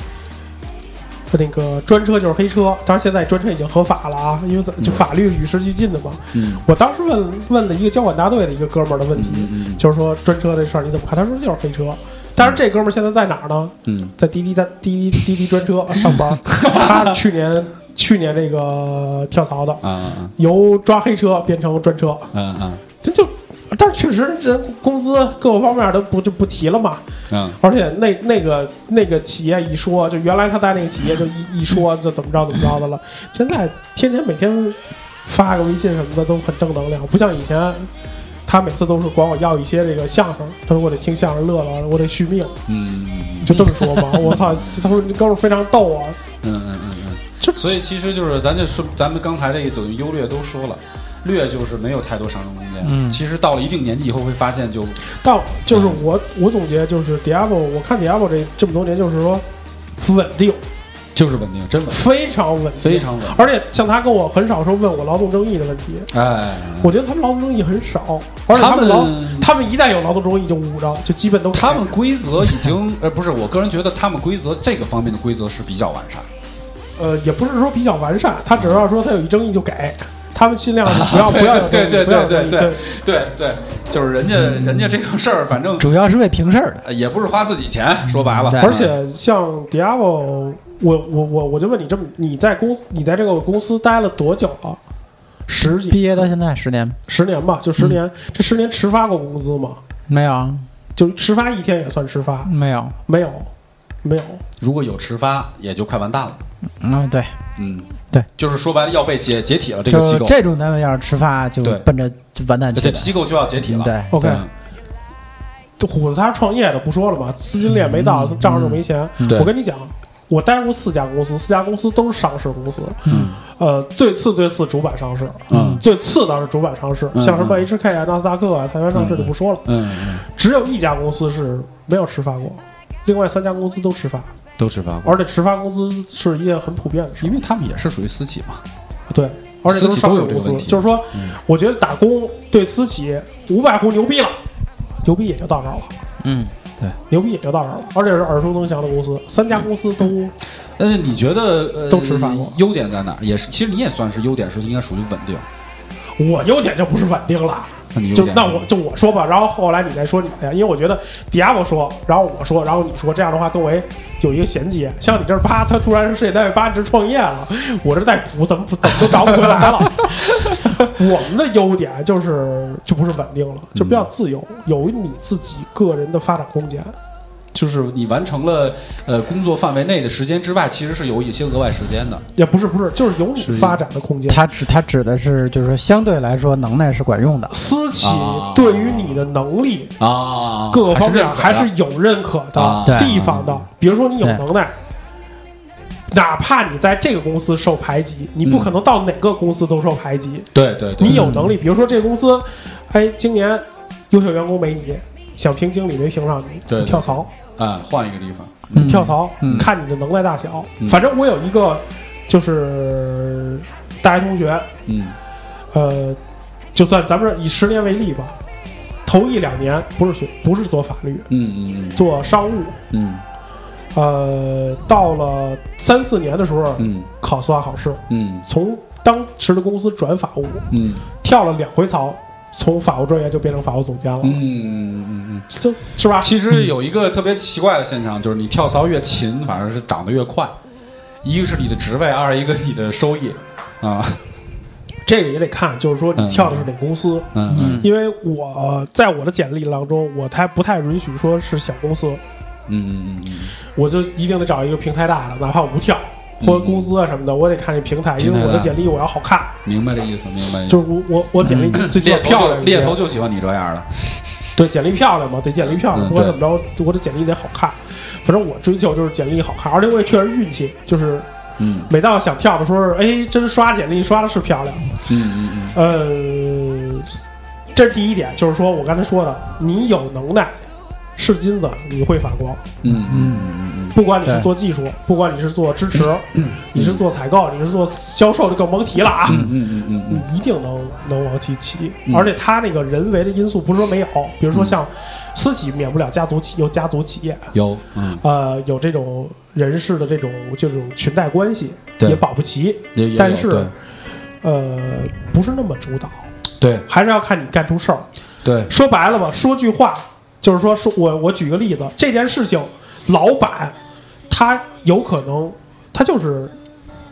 H: 那个专车就是黑车，当然现在专车已经合法了啊，因为咱就法律与时俱进的嘛。
I: 嗯
H: 我当时问问了一个交管大队的一个哥们儿的问
I: 嗯
H: 题，
I: 嗯嗯
H: 就是说专车这事儿你怎么看？他说就是黑车，但是这哥们儿现在在哪儿呢？
I: 嗯，
H: 在滴滴的滴滴滴滴专车上班儿。他去年去年这个跳槽的，
I: 啊啊
H: 由抓黑车变成专车，
I: 啊啊
H: 这就，但是确实这工资各个方面都不就不提了嘛。
I: 啊！
H: 而且那那个那个企业一说，就原来他在那个企业就一一说就怎么着怎么着的了，现在天天每天发个微信什么的都很正能量，不像以前。他每次都是管我要一些这个相声，他说我得听相声乐乐，我得续命，
I: 嗯
H: 就这么说嘛。我操，他说你哥们儿非常逗啊，
I: 嗯嗯嗯嗯，
H: 这
I: 所以其实就是咱就说，咱们刚才这一种优劣都说了，劣就是没有太多上升空间。
J: 嗯
I: 其实到了一定年纪以后会发现就，
H: 但就是我我总结就是 Diablo，我看 Diablo 这这么多年就是说稳定，
I: 就是稳定，真稳，
H: 非常稳定，
I: 非。常稳。
H: 而且像他跟我很少说问我劳动争议的问题，
I: 哎，
H: 我觉得他们劳动争议很少，而且们劳
I: 他们
H: 他们一旦有劳动争议就捂着，就基本都
I: 他们规则已 经呃不是，我个人觉得他们规则这个方面的规则是比较完善。
H: 呃也不是说比较完善，他只要说他有一争议就给，他们尽 量是不要不要有争
I: 对
H: 议
I: 对
H: 不要有
I: 对
H: 争
I: 对
H: 议
I: 对对对，就是人家
J: 嗯
I: 人家这个事儿，反正
J: 主要是为平事儿的，
I: 呃也不是花自己钱，说白了
J: 对。
H: 而且像 Diablo，我我我我就问你这么，你在公你在这个公司待了多久了？十几
J: 毕业到现在十年
H: 十年吧，就十年。
I: 嗯
H: 这十年迟发过工资吗？
J: 没有
H: 就迟发一天也算迟发？
J: 没有，
H: 没有，没有。
I: 如果有迟发，也就快完蛋了。
J: 嗯对，
I: 嗯，
J: 对，
I: 就是说白了要被解解体了，这个机
J: 就
I: 构，
J: 这种单位要是吃饭就
I: 对
J: 奔着就完蛋去
I: 这
J: 了，
I: 机构就要解体了。
J: 对，
H: OK，
I: 嗯
H: 虎子他创业的不说了嘛，资金链没到，账上没钱。
I: 嗯对
H: 我跟你讲，我待过四家公司，四家公司都是上市公司。
I: 嗯，
H: 呃，最次最次主板上市，
I: 嗯
H: 最次的是主板上市，
I: 嗯
H: 像什么
I: 嗯
H: HK 啊、纳斯达克啊、台湾上市就不说了。
I: 嗯嗯，
H: 只有一家公司是没有迟发过，另外三家公司都迟发，
I: 都迟发过，
H: 而且迟发工资是一件很普遍的事
I: 因
H: 儿。
I: 为他们也是属于私企嘛。
H: 对，而且都
I: 私
H: 是
I: 企
H: 上
I: 都
H: 市
I: 有这
H: 公
I: 个
H: 司
I: 问，题
H: 就是说，
I: 嗯
H: 我觉得打工对私企五百户牛逼了，牛逼也就到这儿了，
J: 嗯
H: 牛逼也就到这儿了，而且是耳熟能详的公司，三家公司都
I: 但是你觉得呃
H: 都吃法国
I: 优点在哪儿？也是，其实你也算是优点是应该属于稳定。嗯
H: 我优点就不是稳定了。
I: 那你优
H: 就
I: 点
H: 那我就我说吧，然后后来你再说你的呀，因为我觉得迪亚我说，然后我说，然后你说，这样的话跟我也有一个衔接。像你这儿啪，他突然是世界单位八，你这创业了，我这在补，怎么补怎么都找不回来了。 我们的优点就是就不是稳定了，就比
I: 嗯
H: 较自由，有你自己个人的发展空间。
I: 就是你完成了呃工作范围内的时间之外，其实是有一些额外时间的。
H: 也不是不是，就是有你
I: 是
H: 发展的空间。
E: 他指他指的是，就是说相对来说能耐是管用的。
H: 私企
I: 啊
H: 对于你的能力
I: 啊，
H: 各个方面
I: 还
H: 还
I: 是认可的
H: 是有认可
I: 啊
E: 对
H: 的地方的
I: 嗯。
H: 比如说你有
E: 对
H: 能耐，哪怕你在这个公司受排挤，你不
I: 嗯
H: 可能到哪个公司都受排挤。
I: 对对对，嗯
H: 你有能力，比如说这个公司，哎，今年优秀员工没你，想评经理没评上你，
I: 对
H: 你跳槽，
I: 啊，换一个地方，
J: 嗯
H: 跳槽
J: 嗯，
H: 看你的能耐大小
I: 嗯。
H: 反正我有一个就是大学同学，
I: 嗯
H: 呃，就算咱们以十年为例吧，头一两年不是学不是做法律，
I: 嗯嗯
H: 做商务。
I: 嗯
H: 呃，到了三四年的时候
I: 嗯
H: 考司法考试，
I: 嗯
H: 从当时的公司转法务，
I: 嗯
H: 跳了两回槽，从法务专员就变成法务总监了，
I: 嗯嗯。
H: 这是吧？
I: 其实有一个特别奇怪的现象，就是你跳槽越勤，反而是涨得越快。一个是你的职位，二一个你的收益，啊，
H: 这个也得看，就是说你跳的是哪公司，
I: 嗯
H: 因为我、呃在我的简历当中，我才不太允许说是小公司，
I: 嗯嗯嗯，
H: 我就一定得找一个平台大的，哪怕我不跳。或者工资啊什么的，我得看这平台，因
I: 平台
H: 为我
I: 大
H: 的简历我要好看，
I: 明白这意思，明白。
H: 就是我我我简历最起码
I: 猎头
H: 漂亮
I: 就
H: 一些，
I: 猎头就喜欢你这样的，
H: 对，简历漂亮嘛，对，简历漂
I: 嗯
H: 亮，不管
I: 对
H: 怎么着，我的简历得好看。反正我追求就是简历好看，而且我也确实运气，就是
I: 嗯
H: 每到想跳的时候，哎，真刷简历刷的是漂亮。
I: 嗯嗯
H: 呃，这是第一点，就是说我刚才说的，你有能耐是金子，你会反光。
I: 嗯嗯嗯
H: 不管你是
E: 对
H: 做技术，不管你是做支持，你是做采购，你是做销售，就更甭提了啊。
I: 嗯嗯嗯嗯
H: 你一定能能往起起
I: 嗯，
H: 而且他那个人为的因素不是说没有，比如说像私企免不了家族企有家族企业，
I: 有，嗯，
H: 呃，有这种人事的这种这种裙带关系
I: 对
H: 也保不齐，
I: 也也
H: 但
I: 有对
H: 是呃不是那么主导，
I: 对
H: 还是要看你干出事儿。
I: 对，
H: 说白了吧，说句话就是说，说我我举个例子，这件事情，老板他有可能他就是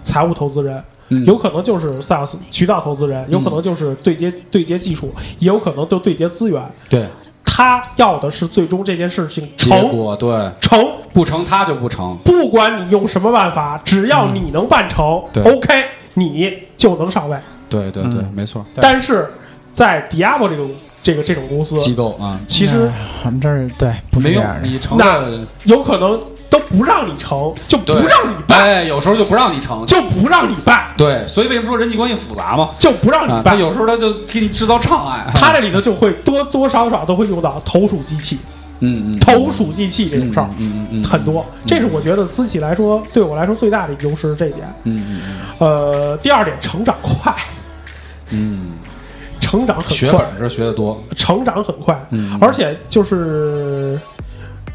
H: 财务投资人，
I: 嗯
H: 有可能就是 SaaS 渠道投资人，有可能就是对接对接技术，也有可能就对接资源。
I: 对
H: 他要的是最终这件事情
I: 结
H: 成
I: 果对
H: 成，
I: 不成他就不成，
H: 不管你用什么办法，只要你能办成、
I: 嗯对
H: o k 你就能上位。
I: 对对对，没错，
H: 但是在 Diablo 这个这个这种公司，
I: 机构啊，
H: 其实
J: 哎
E: 我们这儿对不是
I: 没
E: 这
I: 用
E: 样，的，
I: 你成了
H: 有可能都不让你成，就不
I: 对
H: 让你办，
I: 哎，有时候就不让你成，
H: 就不让你办，
I: 对，所以为什么说人际关系复杂嘛？
H: 就不让
I: 啊
H: 你，
I: 他
H: 办。
I: 有时候他就给你制造障碍，
H: 他这里头就会多多少少都会用到投鼠机器、
I: 嗯嗯，
H: 投鼠忌器这种事儿
I: 嗯嗯嗯，
H: 很多。这是我觉得私企来说，对我来说最大的优势是这一点。
I: 嗯嗯
H: 呃，第二点，成长快，
I: 嗯，
H: 成长很
I: 学
H: 快，
I: 本事学的多，
H: 成长很快，
I: 嗯
H: 而且就是。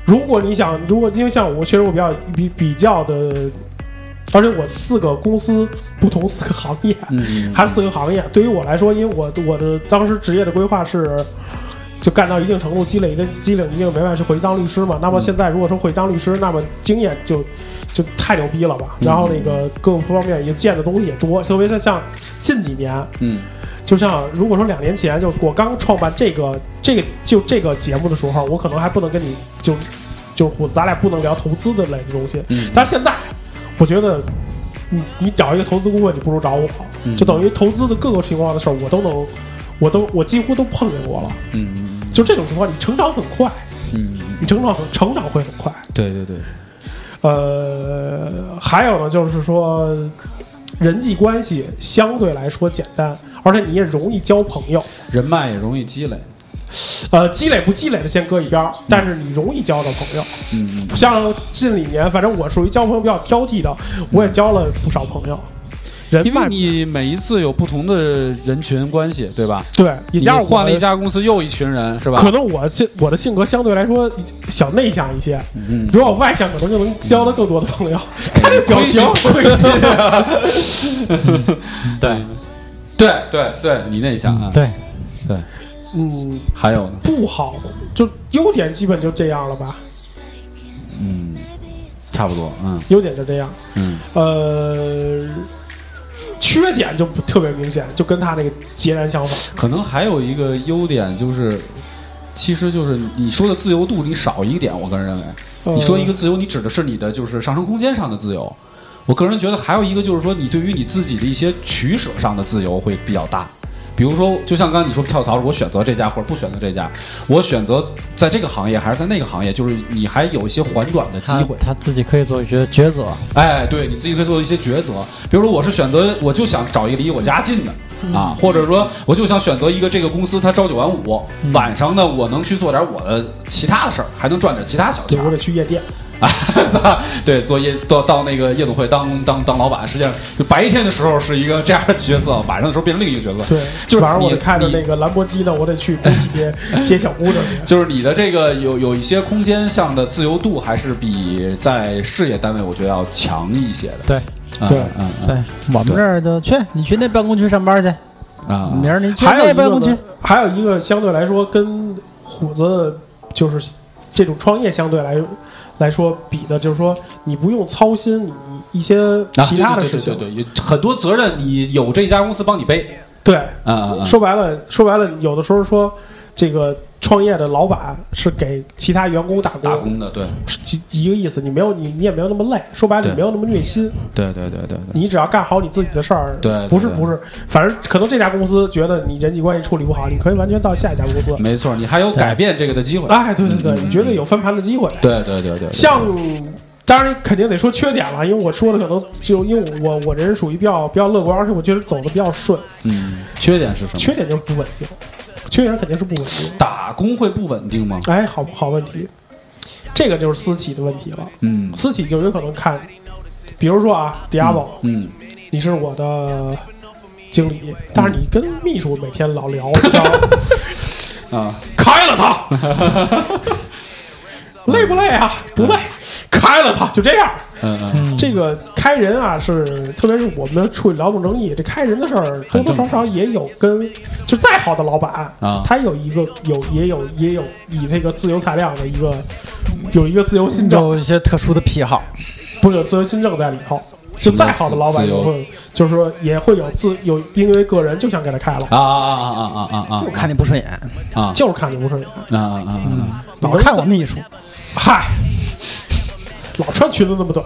H: 如果你想，如果因为像我，确实我比较比比较的，而且我四个公司不同四个行业，
I: 嗯
H: 还是四个行业。对于我来说，因为我我的当时职业的规划是，就干到一定程度，积累的积累一定没办法就回去当律师嘛。那么现在如果说回去当律师，那么经验就就太牛逼了吧。然后那个各个方面也见的东西也多，特别是像近几年，
I: 嗯
H: 就像如果说两年前，就我刚创办这个这个就这个节目的时候，我可能还不能跟你就就我咱俩不能聊投资的类的东西，
I: 嗯
H: 但是现在我觉得你你找一个投资顾问，你不如找我，就等于投资的各个情况的事儿，我都能，我都我几乎都碰见过了。
I: 嗯
H: 就这种情况，你成长很快，
I: 嗯，
H: 你成长很成长会很快。
I: 对对对，
H: 呃，还有呢，就是说人际关系相对来说简单，而且你也容易交朋友。
I: 人脉也容易积累，
H: 呃，积累不积累的先搁一边儿，但是你容易交到朋友。
I: 嗯
H: 像近几年，反正我属于交朋友比较挑剔的，我也交了不少朋友。人
I: 因为
H: 脉
I: 你每一次有不同的人群关系，对吧？
H: 对，你加上我
I: 换了一家公司又一群人，是吧？
H: 可能我性我的性格相对来说小内向一些，
I: 嗯
H: 如果我外向，可能就能交到更多的朋友。 看这表
I: 亏
H: 情
I: 心，亏心啊 对，对对对，你内向啊，
J: 对
I: 对，
H: 嗯，
I: 还有呢，
H: 不好，就优点基本就这样了吧，
I: 嗯，差不多，嗯
H: 优点就这样。
I: 嗯，
H: 呃，缺点就不特别明显，就跟他那个截然相反。
I: 可能还有一个优点就是，其实就是你说的自由度你少一点，我个人认为，
H: 呃
I: 你说一个自由，你指的是你的就是上升空间上的自由。我个人觉得还有一个就是说，你对于你自己的一些取舍上的自由会比较大。比如说，就像刚才你说跳槽，我选择这家或者不选择这家，我选择在这个行业还是在那个行业，就是你还有一些缓转的机
J: 他
I: 会。
J: 他自己可以做抉抉择，
I: 哎，对，你自己可以做一些抉择。比如说，我是选择我就想找一个离我家近的啊，或者说我就想选择一个这个公司，它朝九晚五，晚上呢我能去做点我的其他的事儿，还能赚点其他小钱
H: 对
I: 儿。
H: 我得去夜店，
I: 啊， 对，做夜到到那个夜总会当当当老板，实际上就白天的时候是一个这样的角色，晚上的时候变成另一个角色。
H: 对，
I: 就是
H: 晚上我
I: 你
H: 得看着
I: 你
H: 那个兰博基呢，我得 去工体街接小姑娘去。
I: 就是你的这个有有一些空间上的自由度，还是比在事业单位我觉得要强一些的。
J: 对
I: 嗯，
H: 对
I: 嗯
J: 对我们这儿就去，你去那办公区上班去，
I: 嗯啊，
J: 明儿你去
H: 还有
J: 那
H: 一
J: 办
H: 个
J: 公
H: 呢
J: 区，，
H: 还有一个相对来说跟虎子就是这种创业相对来来说比的，就是说你不用操心你一些
I: 啊，
H: 其他的
I: 对
H: 事
I: 对
H: 情
I: 对。对对，有很多责任你有这家公司帮你背。
H: 对，嗯
I: 啊啊啊！
H: 说白了，说白了，有的时候说这个创业的老板是给其他员工打工，
I: 打工的，对
H: 是一一个意思。你没有你你也没有那么累，说白了
I: 对
H: 你没有那么虐心，
I: 对对对对对。
H: 你只要干好你自己的事儿。
I: 对对
H: 不是
I: 对
H: 不是，反正可能这家公司觉得你人际关系处理不好，你可以完全到下一家公司。
I: 没嗯错，你还有改变这个的机会。
H: 哎，对对对，你绝对有翻盘的机会。
I: 对对对对，对
H: 像。当然，肯定得说缺点了，因为我说的可能就因为我我这人属于比较比较乐观，而且我觉得走的比较顺。
I: 嗯，缺点是什么？
H: 缺点就是不稳定，缺点肯定是不稳定。
I: 打工会不稳定吗？
H: 哎，好好问题，这个就是私企的问题了。
I: 嗯
H: 私企就有可能看，比如说啊，Diablo，、
I: 嗯，
H: 你是我的经理，但是你跟秘书每天 老聊，聊
I: 啊，
H: 开了他， 累不累啊？不累，开了他，就这样。
I: 嗯嗯，
H: 这个开人啊，是特别是我们处理劳动争议，这开人的事儿多
I: 很
H: 多
I: 正
H: 少
I: 常
H: 少也有跟，就再好的老板
I: 啊
H: 他有一个有也有也有以这个自由裁量的一个有一个自由心证，
J: 有一些特殊的癖好，
H: 不是有自由心证在里头。就再好的老板
I: 自
H: 也
I: 由
H: 会，就是说也会有自有因为个人就想给他开了，
I: 啊啊啊啊啊啊啊！
J: 就看你不顺眼，
I: 啊
H: 就是嗯看你不顺眼。
I: 啊啊啊！
J: 老看我秘书，
H: 嗨，老穿裙子那么短，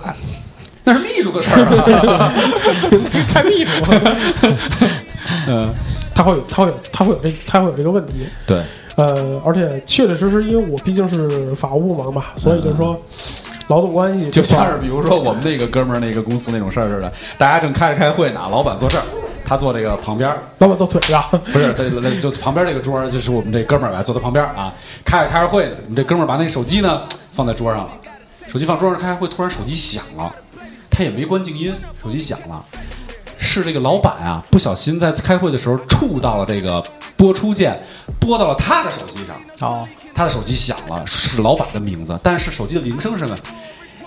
I: 那是秘书的事啊 儿
H: 开秘书，
I: 啊。 嗯，
H: 他会有他会有他会有这他会有这个问题。
I: 对，
H: 呃，而且确确实实，因为我毕竟是法务部门嘛，所以就是说，劳动关系
I: 嗯就
H: 这块
I: 像
H: 儿
I: 是比如说我们那个哥们儿那个公司那种事儿似的，大家正开着开会呢，老板坐这儿，他坐这个旁边儿，
H: 老板坐腿上，
I: 不是，对，对就旁边这个桌儿就是我们这哥们儿吧，坐在旁边儿啊，开着开着会呢，我们这哥们儿把那手机呢放在桌上了，手机放桌上开着会，突然手机响了，他也没关静音，手机响了，是这个老板啊不小心在开会的时候触到了这个播出键，拨到了他的手机上，
J: 哦，
I: 他的手机响了，是老板的名字，但是手机的铃声是什么？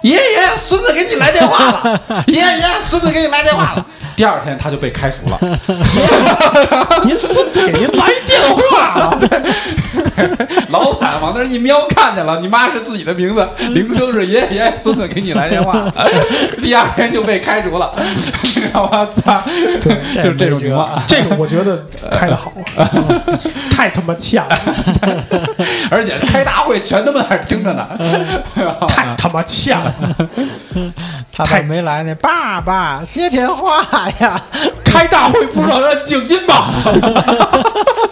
I: 爷爷，孙子给你来电话 了！爷爷，孙子给你来电话了！第二天他就被开除了。
H: 您孙子给您来电 话了，
I: 老板往那儿一瞄，看见了，你妈是自己的名 字，铃声是爷爷爷，孙子给你来电话，第二天就被开除了， 你知道吗？操，就是这种情况。
H: 这个我觉得开的好，太他妈欠了，
I: 而且开大会全他妈在那儿听着 呢，
H: 太他妈欠了，
J: 他爸没来呢，爸爸接电话呀，
H: 开大会不知道要静音吧？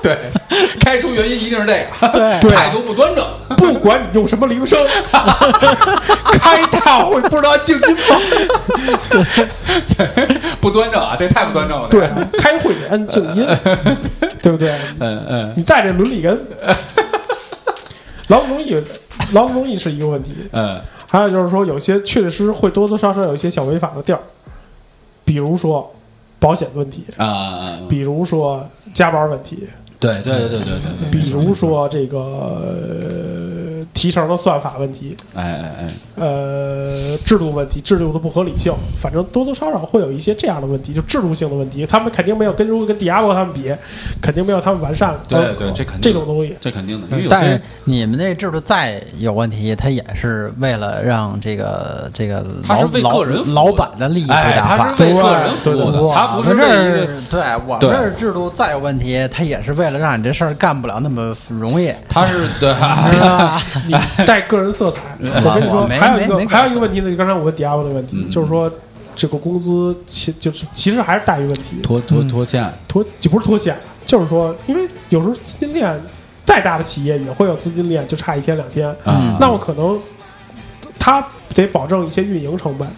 I: 对，开除原因一定是这个，
H: 对
I: 态度不端正，
H: 不管你用什么铃声，开大会不知道静音吧？
I: 不端正啊，这太不端正了。
H: 对，开会得按静音，对不对？
I: 嗯嗯
H: 你在这伦理跟，劳动争议，劳动争议是一个问题，
I: 嗯
H: 还有就是说，有些确确实实会多多少少有一些小违法的地儿，比如说，保险问题，
I: 啊，
H: 比如说加班问题，
I: 对对对对对对对，
H: 比如说这个、呃提成的算法问题，
I: 哎哎哎，
H: 呃，制度问题，制度的不合理性，反正多多少少会有一些这样的问题，就制度性的问题，他们肯定没有跟如果跟 Diablo 他们比，肯定没有他们完善。
I: 对
H: 呃
I: 对，这肯定
H: 这种东西，
I: 这肯定的，因为有
J: 但是
I: 些
J: 你们那制度再有问题，它也是为了让这个这个
I: 他是
J: 老
I: 为
J: 老
I: 个人服务
J: 老板的利益最
I: 哎，
J: 大
I: 他
J: 化
I: 是。为个人服务的，他不是
J: 我们
I: 为
J: 这
I: 一个，
J: 儿对我们
I: 对
J: 这儿制度再有问题，它也是为了让你这事儿干不了那么容易，
I: 他是对，
J: 是吧？
H: 你带个人色彩。我跟你
J: 我
H: 说，
J: 没
H: 还有一
J: 没
H: 个
J: 没
H: 还有一个问题呢，就刚才我问 Diablo 的问题，就是说这个工资其就是其实还是待遇问题，
I: 拖拖拖欠，
H: 脱就不是脱险，就是说，因为有时候资金链再大的企业也会有资金链就差一天两天，
I: 嗯
H: 那我可能他得保证一些运营成本。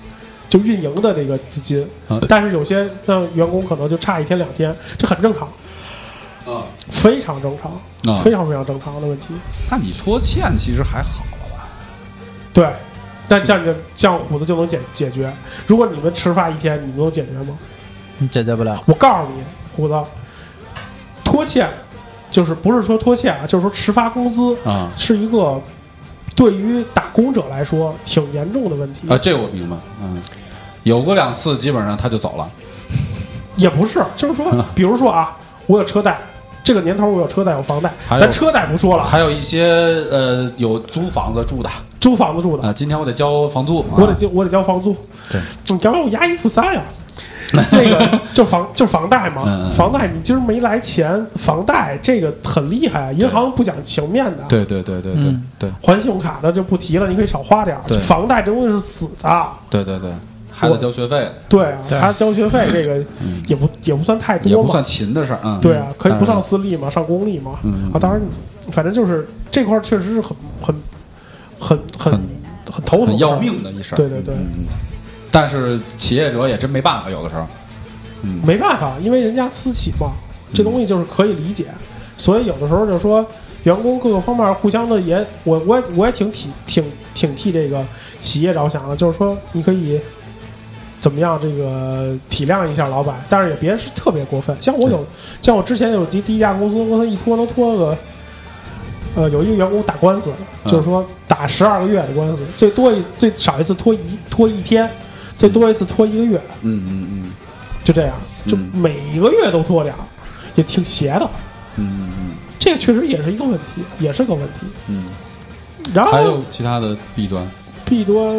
H: 就运营的这个资金
I: 嗯，
H: 但是有些那员工可能就差一天两天，这很正常，
I: 啊，
H: 非常正常，
I: 嗯
H: 非常非常正常的问题。
I: 那你拖欠其实还好了吧？
H: 对，但像你的像虎子就能解解决。如果你们迟发一天，你们能解决吗？
J: 解决不了。
H: 我告诉你，虎子，拖欠就是不是说拖欠啊，就是说迟发工资
I: 啊
H: 是一个对于打工者来说挺严重的问题。
I: 啊，这我明白，嗯，有过两次，基本上他就走了，
H: 也不是，就是说，比如说啊，我有车贷，这个年头我有车贷，有房贷，
I: 还有
H: 咱车贷不说了，
I: 还有一些呃有租房子住的
H: 租房子住的，
I: 啊，今天我得交房租，啊
H: 我得交我得交房租。
I: 对，
H: 你干嘛我押一 付三呀？啊那个就房就是房贷嘛，
I: 嗯嗯嗯
H: 房贷你今儿没来钱，房贷这个很厉害，啊银行不讲情面的。，
I: 啊对对对对对
J: 嗯
I: 对
H: 还信用卡的就不提了，你可以少花点儿
I: 对。
H: 房贷这东西是死的，
I: 对对对，还得交学费，
H: 对啊，他交学费这个也不也不算太
I: 嗯也
H: 多
I: 不
H: 嘛
I: 算。勤的事儿啊。
H: 对啊，可以不上
I: 当然
H: 私立嘛，上公立嘛
I: 嗯嗯。
H: 啊，当然，反正就是这块儿确实是很很很很很头疼，
I: 很要。命的一事儿。
H: 对对对。
I: 嗯，但是企业者也真没办法，有的时候，嗯，
H: 没办法，因为人家私企嘛，这东西就是可以理解。所以有的时候就说，员工各个方面互相的也，我我也我也挺体挺挺替这个企业着想的，就是说你可以怎么样这个体谅一下老板，但是也别是特别过分。像我有，像我之前有第第一家公司，公司一拖能拖个。呃，有一个员工打官司，
I: 嗯
H: 就是说打十二个月的官司，最多一最少一次拖一拖一天，最多一次拖一个月。
I: 嗯嗯
H: 就这样，就
I: 嗯
H: 每一个月都拖点儿，也挺邪的。
I: 嗯嗯嗯
H: 这个确实也是一个问题，也是个问题。
I: 嗯
H: 然
I: 嗯，还
H: 后
I: 有其他的弊端，
H: 弊端，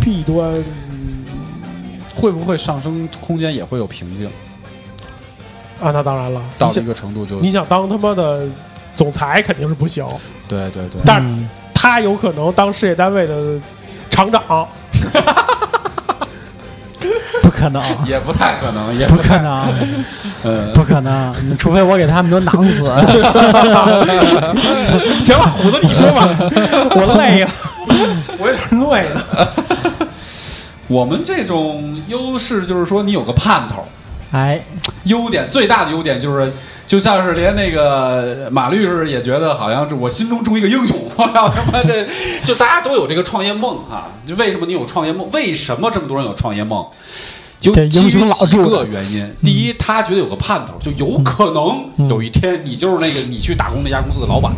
H: 弊端
I: 会不会上升空间也会有瓶颈？
H: 啊，那当然了，
I: 到
H: 你
I: 一
H: 想
I: 个程度就
H: 你想当他妈的总裁肯定是不行，
I: 对对对，
H: 但是他有可能当事业单位的厂长，
J: 不可能，
I: 也不太可能，也
J: 不可能，
I: 呃，
J: 不可能！除非我给他们都囊 死。
H: 行了，虎子你说吧， 我累
J: 啊
H: 呀，我有点累了。
I: 我们这种优势就是说你有个盼头。
J: 哎，
I: 优点最大的优点就是，就像是连那个马律师也觉得好像是我心中种一个英雄，我要他妈的，就大家都有这个创业梦哈。就为什么你有创业梦？为什么这么多人有创业梦？有
J: 这
I: 基
J: 英
I: 于
J: 雄老嗯
I: 几
J: 柱子
I: 个原因，第一，他觉得有个盼头，就有可
J: 嗯
I: 能有一天你就是那个你去打工那家公司的老板，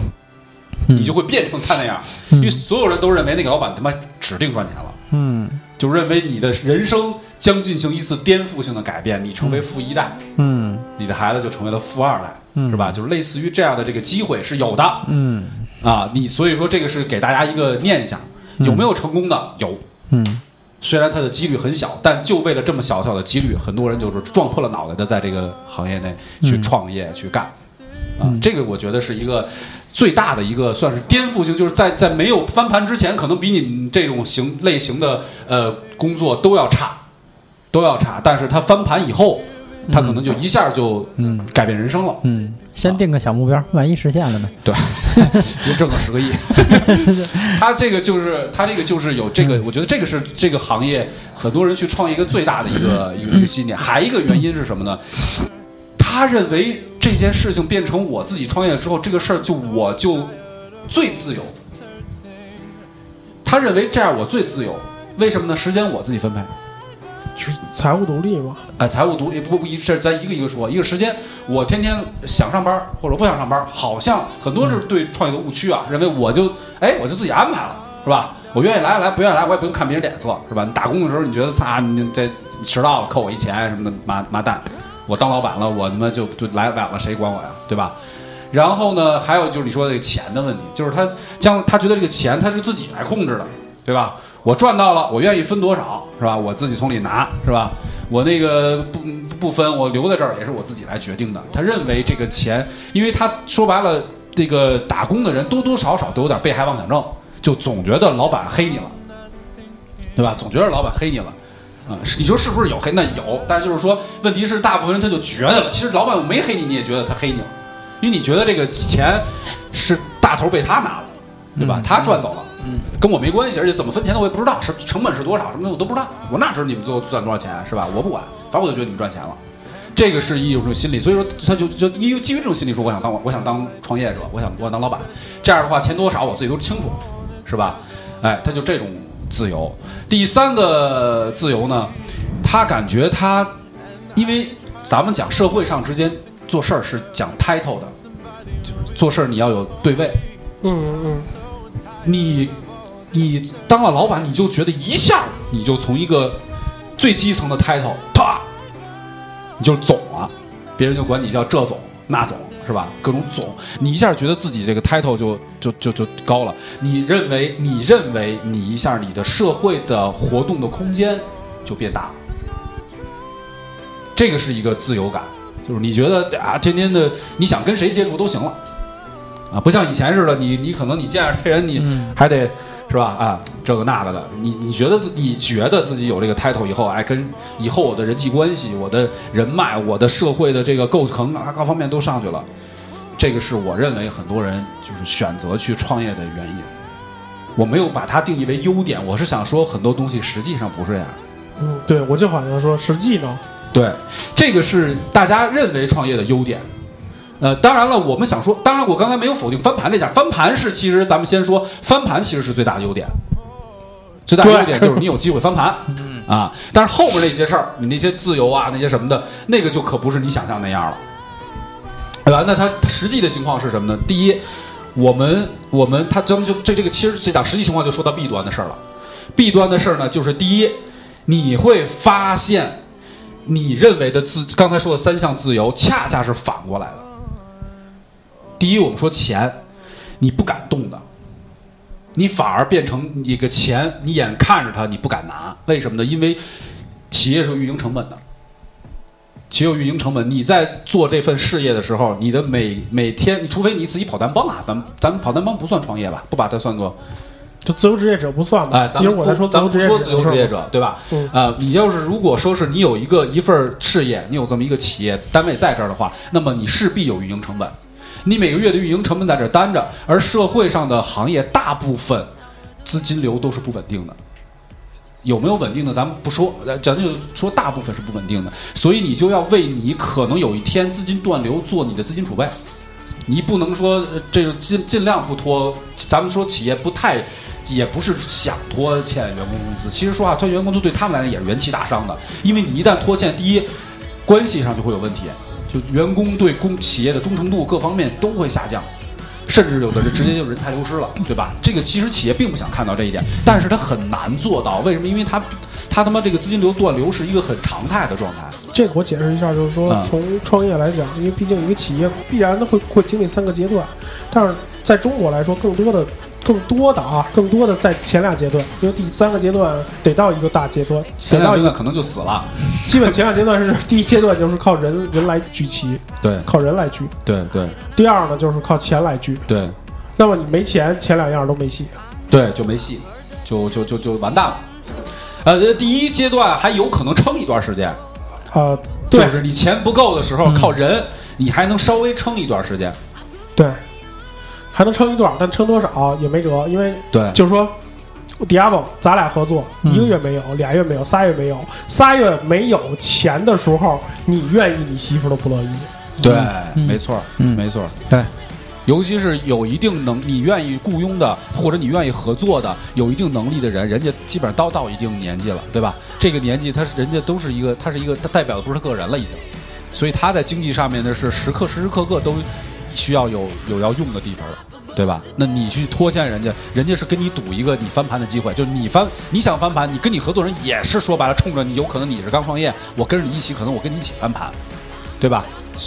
J: 嗯
I: 你就会变成他那样，因为所有人都认为那个老板他妈指定赚钱了。
J: 嗯
I: 就认为你的人生将进行一次颠覆性的改变，你成为富一代，
J: 嗯
I: 你的孩子就成为了富二代，
J: 嗯
I: 是吧？就是类似于这样的这个机会是有的
J: 嗯
I: 啊。你所以说这个是给大家一个念想，有没有成功的？有，
J: 嗯
I: 虽然它的几率很小，但就为了这么小小的几率，很多人就是撞破了脑袋的在这个行业内去创业、去干。啊，
J: 嗯
I: 这个我觉得是一个最大的一个算是颠覆性，就是在在没有翻盘之前，可能比你们这种型类型的呃工作都要差，都要差。但是它翻盘以后，它可能就一下就
J: 嗯
I: 改变人生了，
J: 嗯，先定个小目标，万一实现了呢？
I: 对，又挣个十个亿。他这个就是他这个就是有这个，我觉得这个是这个行业很多人去创业一个最大的一个一个一个信念。还一个原因是什么呢？他认为这件事情变成我自己创业之后，这个事儿就我就最自由。他认为这样我最自由，为什么呢？时间我自己分配，
H: 就是财务独立嘛。
I: 哎，财务独立不不，一这咱一个一个说。一个时间，我天天想上班或者不想上班，好像很多人是对创业的误区啊，认为我就哎我就自己安排了，是吧？我愿意来来，不愿意来我也不用看别人脸色，是吧？你打工的时候你觉得擦你这迟到了扣我一钱什么的，妈妈蛋！我当老板了，我他妈就就来晚了，谁管我呀，对吧？然后呢，还有就是你说的这个钱的问题，就是他将他觉得这个钱他是自己来控制的，对吧？我赚到了，我愿意分多少，是吧？我自己从里拿，是吧？我那个不不分，我留在这儿也是我自己来决定的。他认为这个钱，因为他说白了，这个打工的人多多少少都有点被害妄想症，就总觉得老板黑你了，对吧？总觉得老板黑你了。啊、是你说是不是有黑？那有，但是就是说，问题是大部分人他就觉得了，其实老板没黑你，你也觉得他黑你了，因为你觉得这个钱是大头被他拿了，对吧？他赚走了，跟我没关系，而且怎么分钱的我也不知道，是成本是多少，什么的我都不知道，我哪知道你们最后赚多少钱啊是吧？我不管，反正我就觉得你们赚钱了，这个是一种心理，所以说他就就因为基于这种心理说，我想当我想当创业者，我想我想当老板，这样的话钱多少我自己都清楚，是吧？哎，他就这种自由。第三个自由呢，他感觉他，因为咱们讲社会上之间做事儿是讲 title 的，就是做事儿你要有对位，
H: 嗯嗯
I: 你你当了老板，你就觉得一下你就从一个最基层的 title，啪，你就总了，别人就管你叫这总那总是吧？各种总，你一下觉得自己这个 title 就就就就高了。你认为你认为你一下你的社会的活动的空间就变大了，这个是一个自由感，就是你觉得啊，天天的你想跟谁接触都行了。啊，不像以前似的，你你可能你见着这人你
J: 嗯
I: 还得、是吧啊，这个那个的，你你觉得自你觉得自己有这个 title 以后，哎，跟以后我的人际关系、我的人脉、我的社会的这个构成啊，各方面都上去了，这个是我认为很多人就是选择去创业的原因。我没有把它定义为优点，我是想说很多东西实际上不是这样的。
H: 嗯，对，我就好像说，实际呢，
I: 对，这个是大家认为创业的优点。呃，当然了，我们想说，当然我刚才没有否定翻盘这件事儿，翻盘是其实咱们先说翻盘其实是最大的优点，最大的优点就是你有机会翻盘，啊，但是后面那些事儿，你那些自由啊，那些什么的，那个就可不是你想象那样了，对吧？那它它实际的情况是什么呢？第一，我们我们他咱们就这这个其实这讲实际情况就说到弊端的事儿了，弊端的事儿呢，就是第一，你会发现你认为的自刚才说的三项自由，恰恰是反过来的。第一，我们说钱，你不敢动的，你反而变成你个钱，你眼看着它，你不敢拿，为什么呢？因为企业是有运营成本的，企业有运营成本。你在做这份事业的时候，你的每每天，除非你自己跑单帮啊，咱们咱们跑单帮不算创业吧，不把它算作
H: 就自由职业者不算吧？
I: 哎，咱
H: 因
I: 们
H: 为我在说自
I: 咱
H: 由
I: 们
H: 职
I: 不
H: 业
I: 说
H: 者，
I: 自由职业，者，对吧？
H: 嗯
I: 呃，你要是如果说是你有一个一份儿事业，你有这么一个企业单位在这儿的话，那么你势必有运营成本，你每个月的运营成本在这儿担着，而社会上的行业大部分资金流都是不稳定的。有没有稳定的，咱们不说，呃咱就说大部分是不稳定的，所以你就要为你可能有一天资金断流做你的资金储备。你不能说呃这个尽尽量不拖，咱们说企业不太，也不是想拖欠员工工资。其实说话，拖员工工资对他们来讲也是元气大伤的，因为你一旦拖欠，第一，关系上就会有问题，就员工对公企业的忠诚度各方面都会下降，甚至有的人直接就人才流失了，对吧？这个其实企业并不想看到这一点，但是他很难做到，为什么？因为他他他妈这个资金流断流是一个很常态的状态。
H: 这个我解释一下，就是说
I: 嗯
H: 从创业来讲，因为毕竟一个企业必然会会经历三个阶段，但是在中国来说，更多的、更多的啊，更多的在前俩阶段，因为第三个阶段得到一个大阶段，
I: 前
H: 得
I: 两
H: 到
I: 阶
H: 一
I: 段
H: 个
I: 可能就死了，
H: 基本前两阶段是第一阶段就是靠人人来聚齐，
I: 对
H: 靠人来聚；
I: 对对
H: 第二呢就是靠钱来聚。
I: 对
H: 那么你没钱，前两样都没戏。
I: 对，就没戏，就就就就完蛋了。呃，第一阶段还有可能撑一段时间，
H: 啊，
I: 就
H: 对
I: 是你钱不够的时候靠人，你还能稍微撑一段时间。
H: 对，还能撑一段，但撑多少也没辙，因为
I: 对
H: 就是说，Diablo，咱俩合作，
J: 嗯
H: 一个月没有，俩月没有，仨月没有，仨月没有钱的时候，你愿意，你媳妇都不乐意。
I: 对，
J: 嗯
I: 没错儿，
J: 嗯
I: 没错儿。
J: 对，
I: 尤其是有一定能你愿意雇佣的，或者你愿意合作的，有一定能力的人，人家基本上都到一定年纪了，对吧？这个年纪他是人家都是一个，他是一个，他代表的不是个人了已经，所以他在经济上面呢是时刻时时刻刻都需要有有要用的地方了。对吧？那你去拖欠人家，人家是跟你赌一个你翻盘的机会，就是你翻，你想翻盘，你跟你合作人也是说白了，冲着你，有可能你是刚创业，我跟着你一起，可能我跟你一起翻盘，对吧？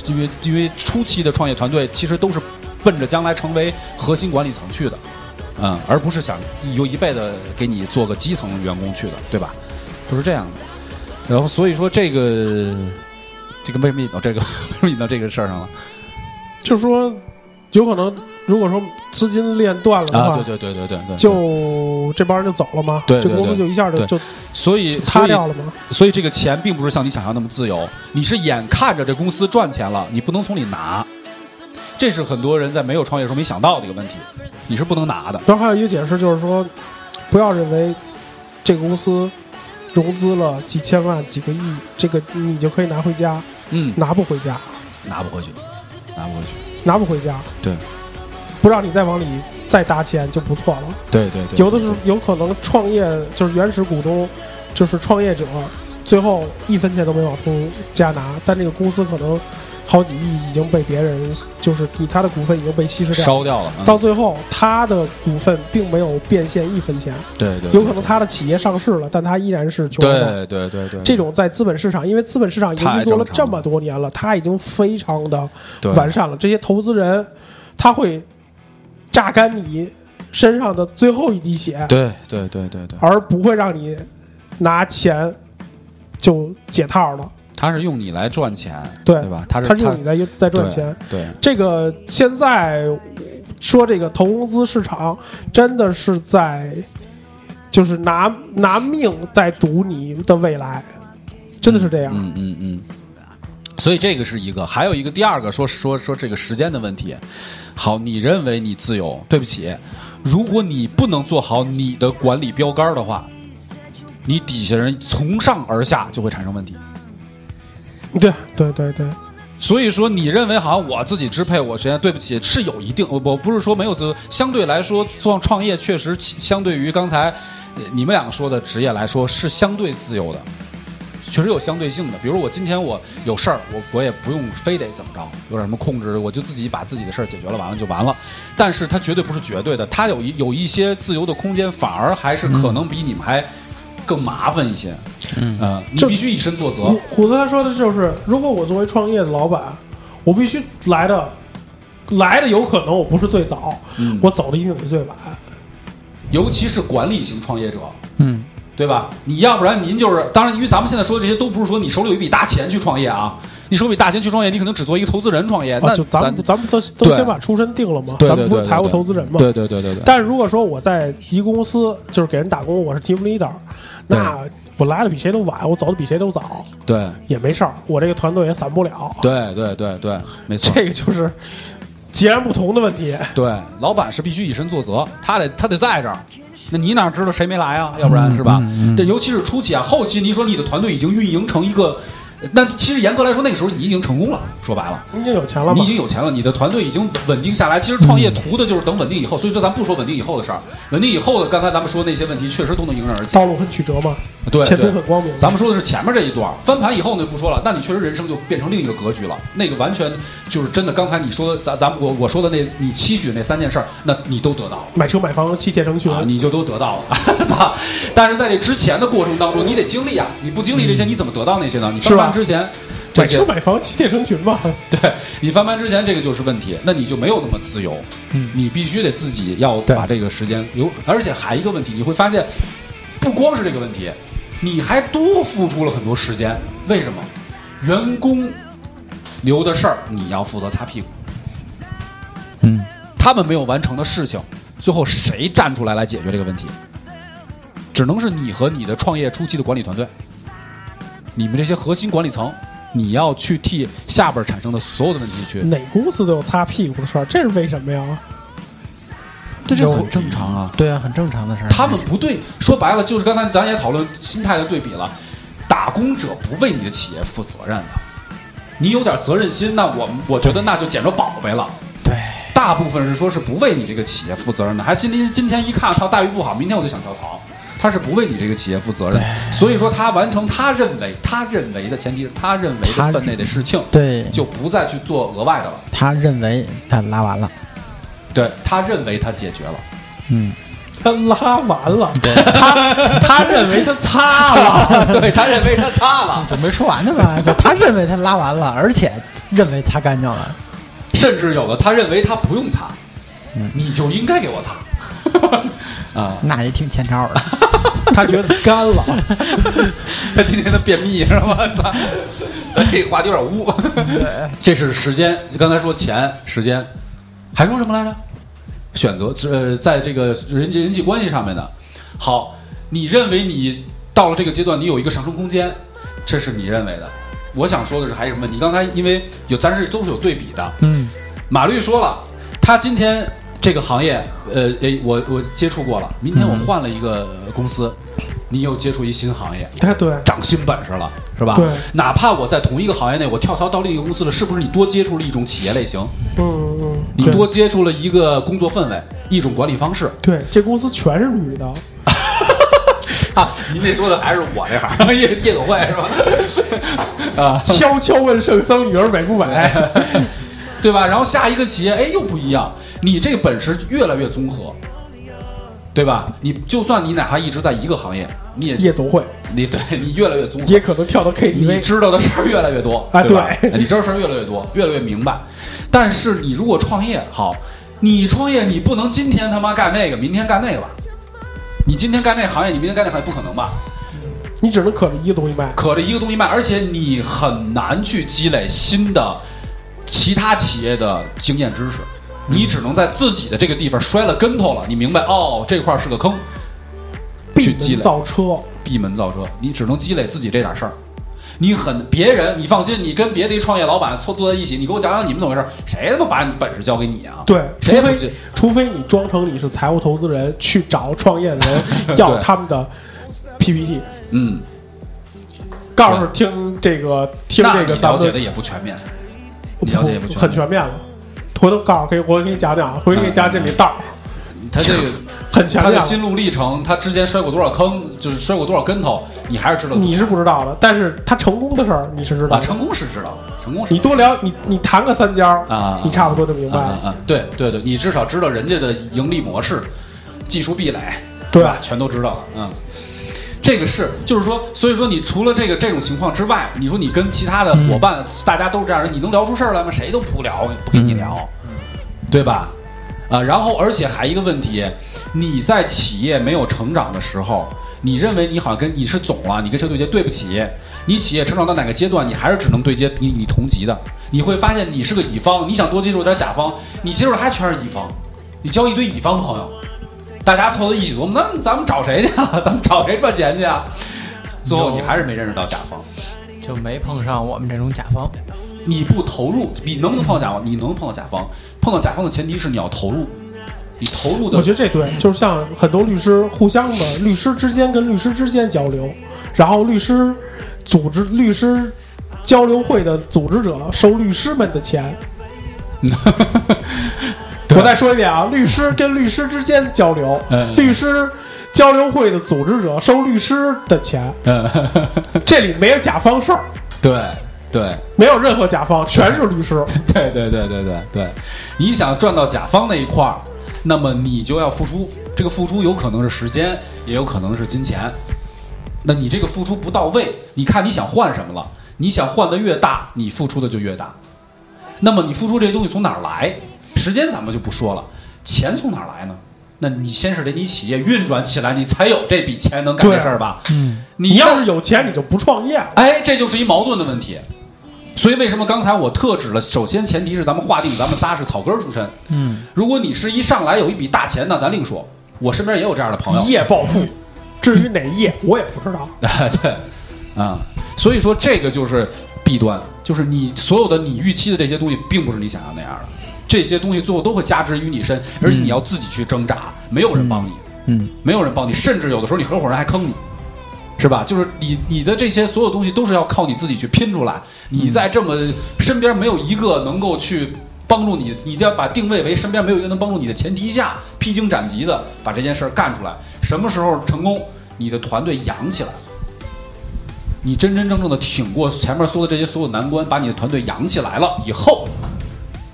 I: 因为因为初期的创业团队其实都是奔着将来成为核心管理层去的，嗯，而不是想有一辈子给你做个基层员工去的，对吧？都是这样的。然后所以说这个这个为什么引到这个 为什么引到这个事儿上了？
H: 就说有可能，如果说资金链断了的话，
I: 啊，对对对对对对，
H: 就这帮人就走了吗？
I: 对对对
H: 这公司就一下就
I: 对
H: 就
I: 所以
H: 塌
I: 所以
H: 掉了吗？
I: 所以这个钱并不是像你想象那么自由，你是眼看着这公司赚钱了，你不能从里拿，这是很多人在没有创业的时候没想到的一个问题，你是不能拿的。
H: 然后还有一个解释就是说，不要认为这个公司融资了几千万、几个亿，这个你就可以拿回家，
I: 嗯，
H: 拿不回家，
I: 拿不回去，拿不回去。
H: 拿不回家。
I: 对，
H: 不让你再往里再搭钱就不错了。
I: 对对对，
H: 有的是有可能创业就是原始股东，就是创业者，最后一分钱都没往出加拿，但这个公司可能好几亿已经被别人就是以他的股份已经被稀释掉了，
I: 烧掉了。嗯
H: 到最后他的股份并没有变现一分钱，
I: 对对，对
H: 有可能他的企业上市了，但他依然是穷光蛋。
I: 对对对对，
H: 这种在资本市场，因为资本市场已经运作了这么多年了，它已经非常的
I: 对
H: 完善了。这些投资人，他会榨干你身上的最后一滴血，
I: 对对对对对，
H: 而不会让你拿钱就解套了。
I: 他是用你来赚钱，
H: 对
I: 对吧？他是
H: 他是用你在在赚钱。，
I: 对对
H: 这个现在说这个投融资市场真的是在，就是拿拿命在赌你的未来，真的是这样。
I: 嗯嗯嗯。所以这个是一个，还有一个第二个说说说这个时间的问题。好，你认为你自由，对不起，如果你不能做好你的管理标杆的话，你底下人从上而下就会产生问题。
H: 对对对对，
I: 所以说，你认为好像我自己支配我时间，对不起，是有一定，我我不是说没有自由，相对来说，创创业确实其相对于刚才呃你们两个说的职业来说是相对自由的，确实有相对性的。比如我今天我有事儿，我我也不用非得怎么着，有点什么控制，我就自己把自己的事儿解决了，完了就完了。但是它绝对不是绝对的，它有一有一些自由的空间，反而还是可能比你们还更麻烦一些。嗯，呃，你
H: 就
I: 必须以身作则。
H: 虎虎子他说的就是，如果我作为创业的老板，我必须来的，来的有可能我不是最早，
I: 嗯哎
H: 我走的一定比最晚。
I: 尤其是管理型创业者，
J: 嗯，
I: 对吧？你要不然您就是，当然，因为咱们现在说的这些都不是说你手里有一笔大钱去创业啊，你手里有一笔大钱去创业，你可能只做一个投资人创业，
H: 啊
I: 那
H: 就咱
I: 咱
H: 们咱们都都
I: 对
H: 先把出身定了嘛，
I: 对
H: 咱们
I: 对
H: 不
I: 对对
H: 是财务
I: 对
H: 投资人嘛。
I: 对对对对对，
H: 但是如果说我在一公司就是给人打工，我是 team leader，那我来的比谁都晚，我走的比谁都早
I: 对
H: 也没事儿，我这个团队也散不了。
I: 对对对对，没错，
H: 这个就是截然不同的问题。
I: 对，老板是必须以身作则，他得他得在这儿，那你哪知道谁没来啊？要不
H: 嗯
I: 然是吧？这尤其是初期啊，后期你说你的团队已经运营成一个，呃那其实严格来说，那个时候你已经成功了，说白了。
H: 你已经有钱了
I: 你
H: 吗
I: 已？经有钱了，你的团队已经稳定下来。其实创业
H: 嗯
I: 图的就是等稳定以后，所以说咱不说稳定以后的事儿，稳定以后的，刚才咱们说那些问题确实都能迎刃而解。
H: 道路很曲折嘛，
I: 对
H: 前途
I: 对
H: 很，光明。
I: 咱们说的是前面这一段，翻盘以后呢不说了，那你确实人生就变成另一个格局了。那个完全就是真的，刚才你说的，咱咱们我我说的那你期许的那三件事儿，那你都得到了。
H: 买车买房妻妾成群，
I: 啊，你就都得到了， 操！但是在这之前的过程当中，你得经历啊，你不经历这些，你怎么得到那些呢？你翻
H: 嗯是吧
I: 盘之前，这
H: 买
I: 些
H: 车买房妻妾成群嘛。
I: 对你翻盘之前，这个就是问题，那你就没有那么自由，
J: 嗯
I: 你必须得自己要把这个时间留，而且还一个问题，你会发现，不光是这个问题，你还多付出了很多时间，为什么？员工留的事儿你要负责擦屁股，
J: 嗯，
I: 他们没有完成的事情，最后谁站出来来解决这个问题？只能是你和你的创业初期的管理团队，你们这些核心管理层，你要去替下边产生的所有的问题去
H: 哪公司都有擦屁股的事儿，这是为什么呀？
J: 这
I: 就很正常啊。
J: 对啊，很正常的事儿。
I: 他们不对，说白了就是刚才咱也讨论心态的对比了，打工者不为你的企业负责任的，你有点责任心，那我我觉得那就捡着宝贝了。
J: 对，
I: 大部分是说是不为你这个企业负责任的，还心里今天一看，操，待遇不好，明天我就想跳槽。他是不为你这个企业负责任，所以说他完成他认为他认为的前提是他认为的分内的事情，
J: 对
I: 就不再去做额外的了。
J: 他认为他拉完了，
I: 对他认为他解决了，
J: 嗯，
H: 他拉完了，
J: 他他认为他擦了，
I: 对他认为他擦了，
J: 就没说完呢嘛，就他认为他拉完了，而且认为擦干净了，
I: 甚至有的他认为他不用擦，
J: 嗯
I: 你就应该给我擦，啊，
J: 那也挺欠招的。
H: 他觉得干 了，
I: 他今天的便秘是吧？ 操，咱这话题有点污。这是时间，刚才说钱，时间，还说什么来着？选择，呃，在这个人际人际关系上面的。好，你认为你到了这个阶段，你有一个上升空间，这是你认为的。我想说的是，还有什么？你刚才因为有，咱是都是有对比的。
J: 嗯，
I: 马律说了，他今天这个行业，呃，诶，我我接触过了，明天我换了一个呃公司，你又接触一新行业，
H: 哎，对，
I: 长新本事了，是吧？
H: 对
I: 哪怕我在同一个行业内，我跳槽到另一个公司了，是不是你多接触了一种企业类型，
H: 嗯嗯，
I: 你
H: 对
I: 多接触了一个工作氛围，一种管理方式
H: 对，这公司全是女的，
I: 嗯啊？您这说的还是我这行 夜夜总会是吧？啊，
H: 悄悄问圣僧女儿美不美？
I: 哎对吧？然后下一个企业，哎，又不一样，你这本事越来越综合，对吧？你就算你哪怕一直在一个行业，你也
H: 夜总会
I: 你对你越来越综合，
H: 也可能跳到
I: 嗯你
H: KTV，
I: 知道的事儿越来越多
H: 啊
I: 对吧哎
H: 对
I: 你知道事儿越来越多，越来越明白。但是你如果创业，好，你创业你不能今天他妈干这个，明天干那个吧？你今天干这行业，你明天干那行业，不可能吧？
H: 你只能可着一个东西卖。
I: 可着一个东西卖，而且你很难去积累新的其他企业的经验知识，
H: 嗯
I: 你只能在自己的这个地方摔了跟头了，你明白哦，这块儿是个坑，去积
H: 闭门
I: 累。啊
H: 造车，
I: 闭门造车，你只能积累自己这点事儿。你很别人，你放心，你跟别的一创业老板凑坐在一起，你给我讲讲你们怎么回事？谁他妈把你本事交给你啊？
H: 对，除
I: 谁也不
H: 非
I: 信
H: 除非你装成你是财务投资 人去找创业的人要他们的 PPT，
I: 嗯，
H: 告诉听这个听
I: 那
H: 这
I: 你
H: 个
I: 了
H: 咱
I: 解的
H: 们
I: 也不全面，你了解也不全面，
H: 很全面了。回头告诉可以，我给你讲讲，回头给你讲这里道儿，
I: 他这个
H: 很全
I: 他
H: 面
I: 的
H: 了。
I: 心路历程，他之前摔过多少坑，就是摔过多少跟头，你还是知道的。
H: 你是不知道的，但是他成功的事儿你是知道
I: 啊，
H: 的。
I: 成功是知道的，成功是
H: 你多聊，你你谈个三家
I: 啊
H: 你差不多就明白
I: 啊啊
H: 了。
I: 啊！对对对，你至少知道人家的盈利模式、技术壁垒，
H: 对
I: 吧？全都知道了，嗯。这个是，就是说，所以说，你除了这个这种情况之外，你说你跟其他
H: 嗯
I: 的伙伴，大家都是这样的，你能聊出事儿来吗？谁都不聊，不跟
H: 嗯
I: 你聊，对吧？啊，然后而且还一个问题，你在企业没有成长的时候，你认为你好像跟你是总了，你跟谁对接？对不起，你企业成长到哪个阶段，你还是只能对接你你同级的。你会发现你是个乙方，你想多接触点甲方，你接触的还全是乙方，你交一堆乙方朋友，大家凑到一起琢磨，那咱们找谁去啊？咱们找谁赚钱去啊？最后你还是没认识到甲方，
J: 就没碰上我们这种甲方。
I: 你不投入，你能不能碰到甲方？你能碰到甲方，碰到甲方的前提是你要投入，你投入的
H: 我觉得这对，就是像很多律师互相的，律师之间跟律师之间交流，然后律师组织律师交流会的组织者收律师们的钱。我再说一遍啊，律师跟律师之间交流，
I: 嗯
H: 律师交流会的组织者收律师的钱，
I: 嗯，
H: 这里没有甲方事儿，
I: 对对
H: 没有任何甲方，全是律师。
I: 对对对对对对，你想赚到甲方那一块儿，那么你就要付出，这个付出有可能是时间，也有可能是金钱。那你这个付出不到位，你看你想换什么了？你想换的越大，你付出的就越大。那么你付出这些东西从哪儿来？时间咱们就不说了，钱从哪儿来呢？那你先是得你企业运转起来，你才有这笔钱能干这事儿吧？
J: 嗯，
I: 你
H: 你要
I: 要
H: 是有钱，你就不创业了。
I: 哎，这就是一矛盾的问题。所以为什么刚才我特指了？首先前提是咱们划定咱们仨是草根儿出身。
J: 嗯，
I: 如果你是一上来有一笔大钱，那咱另说。我身边也有这样的朋友
H: 一。夜暴富，至于哪一夜我也不知道。
I: 对，啊，所以说这个就是弊端，就是你所有的你预期的这些东西，并不是你想要那样的。这些东西最后都会加之于你身，而且你要自己去挣扎，没有人帮你，
J: 嗯，
I: 没有人帮你，甚至有的时候你合伙人还坑你，是吧？就是你你的这些所有东西都是要靠你自己去拼出来，你在这么身边没有一个能够去帮助你，你一定要把定位为身边没有一个能帮助你的前提下，披荆斩棘的把这件事儿干出来。什么时候成功，你的团队扬起来，你真真正正的挺过前面说的这些所有难关，把你的团队扬起来了以后，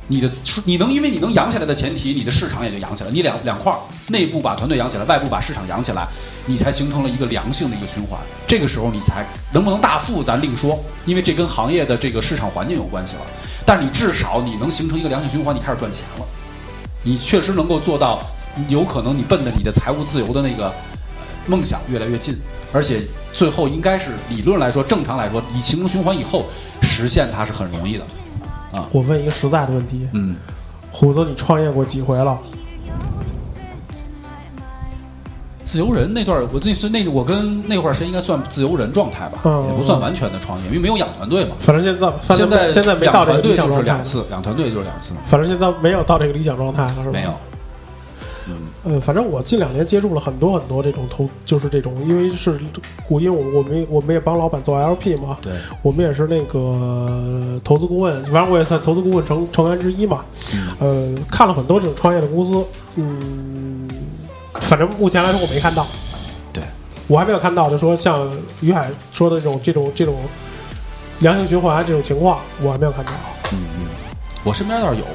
I: 你的你能因为你能扬起来的前提，你的市场也就扬起来。你两两块儿，内部把团队扬起来，外部把市场扬起来，你才形成了一个良性的一个循环。这个时候你才能不能大富咱另说，因为这跟行业的这个市场环境有关系了。但是你至少你能形成一个良性循环，你开始赚钱了，你确实能够做到，有可能你奔着你的财务自由的那个梦想越来越近，而且最后应该是理论来说，正常来说，以形成循环以后实现它是很容易的。
H: 我问一个实在的问题，
I: 嗯，
H: 虎子，你创业过几回了？
I: 自由人那段儿，我那是那我跟那会儿是应该算自由人状态吧，
H: 嗯
I: 也不算完全的创业，因为没有养团队嘛。
H: 反正现在，
I: 现
H: 反正
I: 在
H: 现在没
I: 养
H: 到这
I: 团
H: 个
I: 队
H: 理想
I: 就是
H: 状态
I: 两，次，养团队就是两次，
H: 反正现在没有到这个理想状态了，是吧？
I: 没有。
H: 呃，反正我近两年接触了很多很多这种投，就是这种，因为是股，因为我我们我们也帮老板做 LP 嘛，
I: 对，
H: 我们也是那个呃投资顾问，反正我也算投资顾问成成员之一嘛，呃，看了很多这种创业的公司，嗯，反正目前来说我没看到，
I: 对
H: 我还没有看到，就说像于海说的这种这种这种良性循环这种情况，我还没有看到。
I: 嗯嗯，我身边倒是有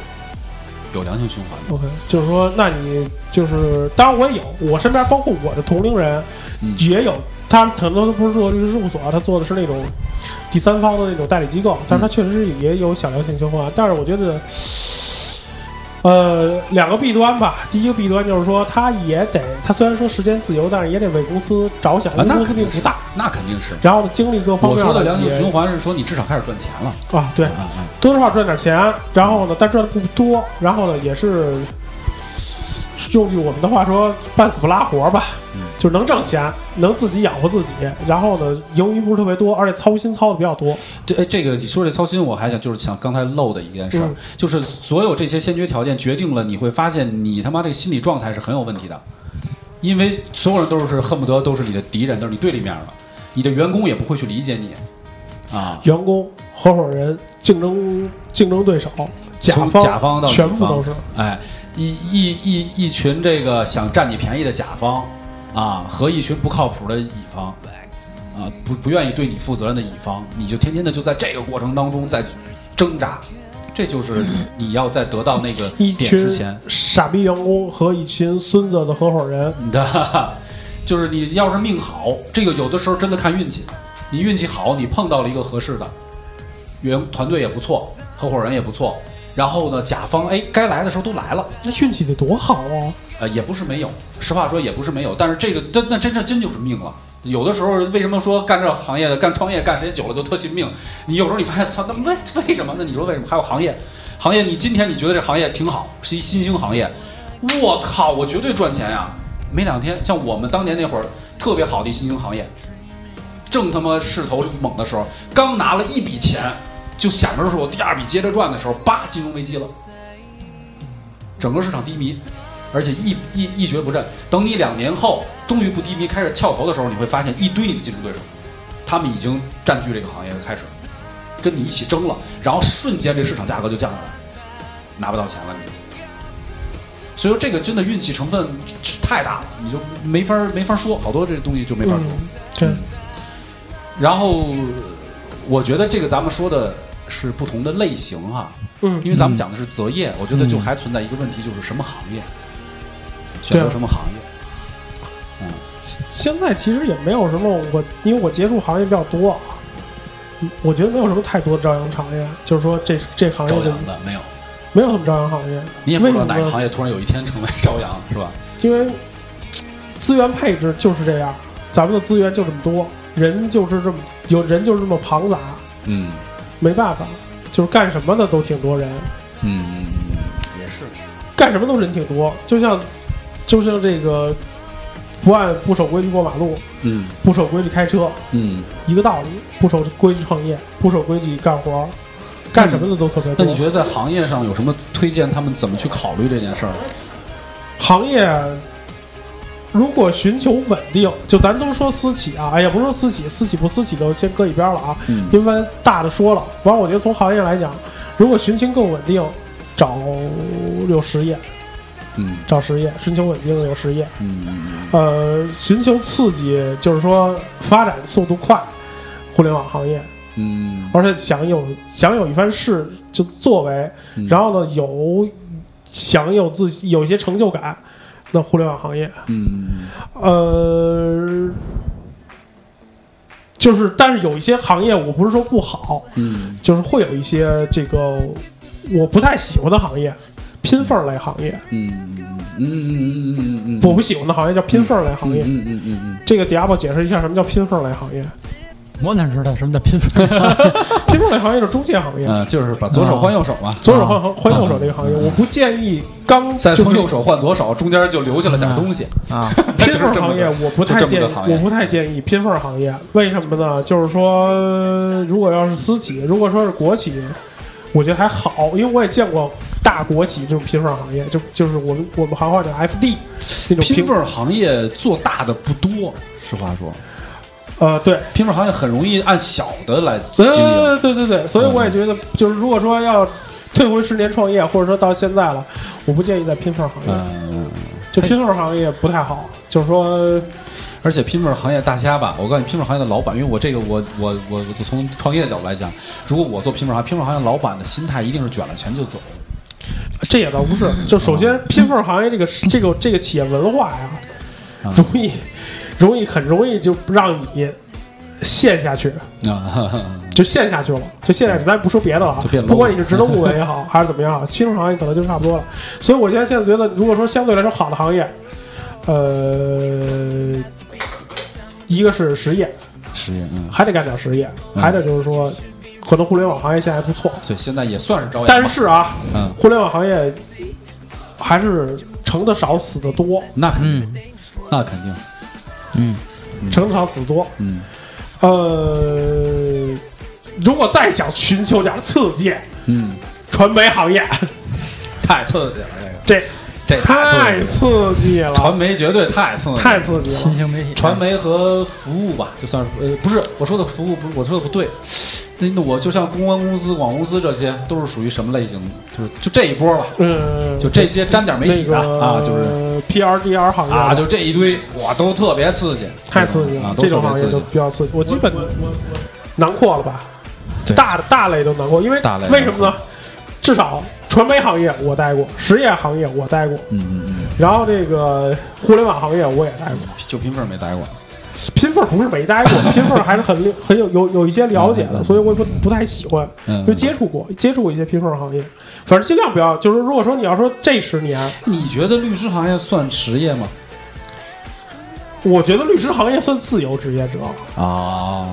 I: 有良性循环的，
H: OK，就是说，那你就是，当然我也有，我身边包括我的同龄人，
I: 嗯
H: 也有，他很多都不是做律师事务所，他做的是那种第三方的那种代理机构，但是他确实是也有小良性循环，但是我觉得，呃，两个弊端吧。第一个弊端就是说，他也得，他虽然说时间自由，但是也得为公司着想，
I: 啊，
H: 因为
I: 那
H: 公司
I: 肯
H: 并
I: 定
H: 不
I: 是
H: 大。，
I: 那肯定是。
H: 然后呢，精力各方
I: 我
H: 面
I: 说的
H: 也
I: 良性循环是说你至少开始赚钱了，
H: 啊，对，
I: 啊啊，
H: 多多少少赚点钱，然后呢，但赚的不多，然后呢，也是用句我们的话说，半死不拉活吧，
I: 嗯
H: 就是能挣钱，能自己养活自己，然后呢，盈余不是特别多，而且操心操的比较多。
I: 这哎，这个你说这操心，我还想就是想刚才漏的一件事儿，
H: 嗯
I: 就是所有这些先决条件决定了，你会发现你他妈这个心理状态是很有问题的，因为所有人都是恨不得都是你的敌人，都是你对立面的，你的员工也不会去理解你，啊，
H: 员工、合伙人、竞争竞争对手、甲
I: 从
H: 方、
I: 甲方到乙
H: 全部都是。
I: 哎，一一一一群这个想占你便宜的甲方啊，和一群不靠谱的乙方啊，不不愿意对你负责任的乙方，你就天天的就在这个过程当中在挣扎，这就是你要在得到那个
H: 一
I: 点
H: 群
I: 之前，
H: 傻逼员工和一群孙子的合伙人，
I: 你的就是你要是命好，这个有的时候真的看运气，你运气好，你碰到了一个合适的，员团队也不错，合伙人也不错，然后呢，甲方哎该来的时候都来了。
H: 那运气得多好啊！
I: 呃，也不是没有，实话说也不是没有，但是这个真那真正真就是命了。有的时候为什么说干这行业的干创业干时间久了就特信命？你有时候你发现操，那为为什么？那你说为什么？还有行业，行业你今天你觉得这行业挺好，是一新兴行业，我靠，我绝对赚钱呀、没两天，像我们当年那会儿特别好的一新兴行业，正他妈势头猛的时候，刚拿了一笔钱，就想着说我第二笔接着赚的时候，叭，金融危机了，整个市场低迷。而且一一一蹶不振。等你两年后终于不低迷开始翘头的时候，你会发现一堆你的竞争对手，他们已经占据这个行业开始跟你一起争了，然后瞬间这市场价格就降下来，拿不到钱了你就。所以说这个真的运气成分太大了，你就没法没法说，好多这东西就没法说。
H: 嗯对，
I: 嗯然后我觉得这个咱们说的是不同的类型哈、
H: 嗯
I: 因为咱们讲的是择业，我觉得就还存在一个问题，就是什么行业，选择什么行业。
H: 现在其实也没有什么我，因为我接触行业比较多啊，嗯我觉得没有什么太多朝阳行业，就是说这这行业
I: 朝
H: 就
I: 阳的没有，
H: 没有什么朝阳行业。
I: 你也不
H: 为
I: 知
H: 什
I: 道
H: 么
I: 哪个
H: 呢？
I: 行业突然有一天成为朝阳，是吧？
H: 因为资源配置就是这样，咱们的资源就这么多，人就是这么有人就是这么庞杂，
I: 嗯
H: 没办法，就是干什么的都挺多人，
I: 嗯，也是。
H: 干什么都人挺多，就像就像这个不按不守规矩过马路，
I: 嗯
H: 不守规矩开车，
I: 嗯，
H: 一个道理，不守规矩创业，不守规矩干活，干什么的都特别多。
I: 那你觉得在行业上有什么推荐？他们怎么去考虑这件事儿？
H: 行业如果寻求稳定，就咱都说私企啊，哎也不是说私企，私企不私企都先搁一边了啊，
I: 嗯
H: 因为大的说了。完，我觉得从行业来讲，如果寻求更稳定，找有失业，
I: 嗯
H: 找失业，寻求稳定有失业，
I: 嗯
H: 呃，寻求刺激，就是说发展速度快，互联网行业，
I: 嗯
H: 而且想有想有一番事就作为，
I: 嗯
H: 然后呢有想有自己有一些成就感，那互联网行业，
I: 嗯
H: 呃，就是但是有一些行业我不是说不好，
I: 嗯
H: 就是会有一些这个我不太喜欢的行业，拼缝儿类行业，
I: 嗯嗯嗯嗯嗯，
H: 我不喜欢的行业叫拼缝儿类行业。
I: 嗯嗯嗯嗯，
H: 这个 Diablo 解释一下什么叫拼缝儿类 行业？
J: 我哪知道什么叫拼 缝？
H: 拼缝儿类行业是中介行业，
I: 嗯，就是把左手换右手嘛，
H: 左手换换右手这个行业，我不建议刚
I: 再啊
H: 就
I: 从
H: 是
I: 右手换左手，中间就留下了点东西。
J: 啊，
I: 那就
H: 拼
I: 是
H: 缝儿
I: 这么
H: 行业
I: 个
H: 我不太
I: 就这
H: 建
I: 么个，
H: 议
I: 行业
H: 我不太建议拼缝儿行业。为什么呢？就是说，如果要是私企，如果说是国企，我觉得还好，因为我也见过大国企这种拼缝儿行业，就就是我们我们行话叫 FD 那种
I: 拼缝儿行业做大的不多，实话说，
H: 呃，对，
I: 拼缝儿行业很容易按小的来经营。
H: 呃，对对对，所以
I: 嗯
H: 我也觉得，就是如果说要退回十年创业，或者说到现在了，我不建议在拼缝儿行业，
I: 嗯，
H: 就拼缝儿行业不太好，就是说，
I: 而且拼缝儿行业大虾吧，我告诉你，拼缝儿行业的老板，因为我这个我我我我就从创业的角度来讲，如果我做拼缝儿行业，拼缝儿行业老板的心态一定是卷了钱就走。
H: 这也倒不是，就首
I: 哦
H: 先拼缝儿行业这个这个这个企业文化呀，
I: 啊
H: 容易容易很容易就让你陷下去，
I: 啊，
H: 就陷下去了，就陷下去。咱不说别的了啊
I: 嗯就变，low
H: 不管你是职 能部门也好，还是怎么样啊，新闻行业可能就差不多了。所以我现在现在觉得，如果说相对来说好的行业，呃，一个是实业，
I: 实验，嗯，
H: 还得干点实业，
I: 嗯
H: 还得就是说，可能互联网行业现在还不错，
I: 所以现在也算是朝阳吧。
H: 但是啊，
I: 嗯，
H: 互联网行业还是成的少，死的多，
I: 那肯定，
J: 嗯
I: 那肯定，
J: 嗯，
H: 成的少，死得多。
I: 嗯，
H: 呃，如果再想寻求点刺激，
I: 嗯，
H: 传媒行业
I: 太刺激了，这个
H: 这
I: 这太
H: 太
I: 刺激了
H: 刺激了，
I: 传媒绝对太刺激了，
H: 太刺激
J: 新
H: 了。
J: 兴媒体
I: 传媒和服务吧，就算是呃，不是我说的服务，不是我说的不对。那那我就像公关公司、广告公司这些，都是属于什么类型？就是就这一波吧，
H: 嗯，
I: 就这些沾点媒体的、
H: 那个
I: 啊，就是。
H: PRDR 行业
I: 啊，就这一堆，哇，都特别刺激，
H: 太刺激
I: 啊
H: 了，，
I: 都
H: 这
I: 特
H: 种
I: 别
H: 行
I: 刺
H: 业
I: 激
H: 都。比较刺激。我基本囊括了吧，
I: 对
H: 大大类都囊括，因为
I: 大类
H: 为什么呢？至少传媒行业我待过，实业行业我待过，
I: 嗯嗯嗯，
H: 然后这个互联网行业我也待过。
I: 就拼缝儿没待过。
H: 拼缝儿不是没待过，拼缝儿还是很 很有有有一些了解的，所以我也不不太喜欢，
I: 嗯
H: 因为接触过接触过一些拼缝儿行业，反正尽量不要。就是如果说你要说这十年，
I: 你觉得律师行业算实业吗？
H: 我觉得律师行业算自由职业者，
I: 啊，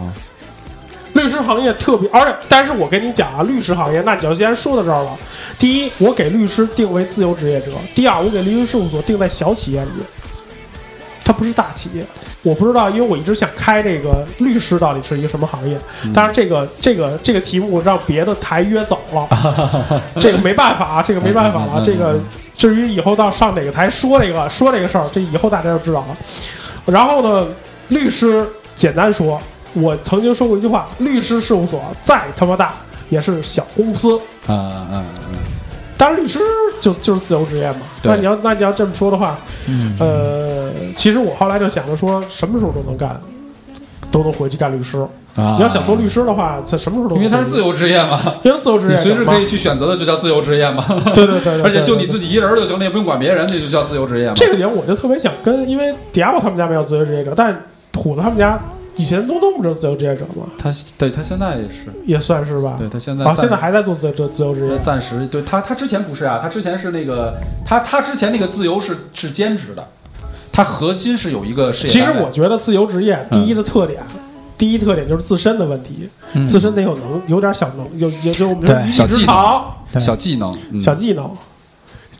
H: 律师行业特别，而且但是我跟你讲啊，律师行业，那你要既然说到这儿了，第一，我给律师定为自由职业者；第二，我给律师事务所定在小企业里，它不是大企业。我不知道，因为我一直想开这个律师到底是一个什么行业，但是这个这个这个题目让别的台约走
I: 啊
H: 了，这个没办法啊，这个没办法
I: 嗯嗯嗯
H: 了，这个至于以后到上哪个台说这个说这个事儿，这以后大家就知道了。然后呢，律师简单说，我曾经说过一句话：律师事务所再他妈大也是小公司。
I: 啊啊
H: 当然，律师就就是自由职业嘛。
I: 对
H: 那你要那你要这么说的话，
J: 嗯
H: 呃，其实我后来就想着说，什么时候都能干，都能回去干律师。
I: 啊！
H: 你要想做律师的话，在什么时候都
I: 因
H: 能
I: 为它是自，由职业嘛，
H: 因为自由职业
I: 你
H: 者
I: 随
H: 嘛，
I: 时可以去选择的，就叫自由职业嘛。
H: 啊 对对对，对
I: 而且就你。
H: 对对
I: 自己一人儿就行了，也不用管别人，这就叫自由职业嘛。
H: 这个点我就特别想跟，因为迪亚 o 他们家没有自由职业者，但是虎子他们家以前东东不就是自由职业者吗？
I: 他对他现在也是，
H: 也算是吧。
I: 对他现在
H: 啊，
I: 暂
H: 现在还在做自自自由职业。
I: 暂时对他他之前不是啊，他之前是那个他他之前那个自由是是兼职的，他核心是有一个事业
H: 其实
I: 单位
H: 我觉得自由职业
I: 嗯
H: 第一的特点，第一特点就是自身的问题，
J: 嗯
H: 自身得有能有点小能，有有就我们说
J: 对
H: 一
I: 小
H: 技
I: 技
H: 之
I: 能
H: 长、
J: 对
I: 小技能，嗯
H: 小技能，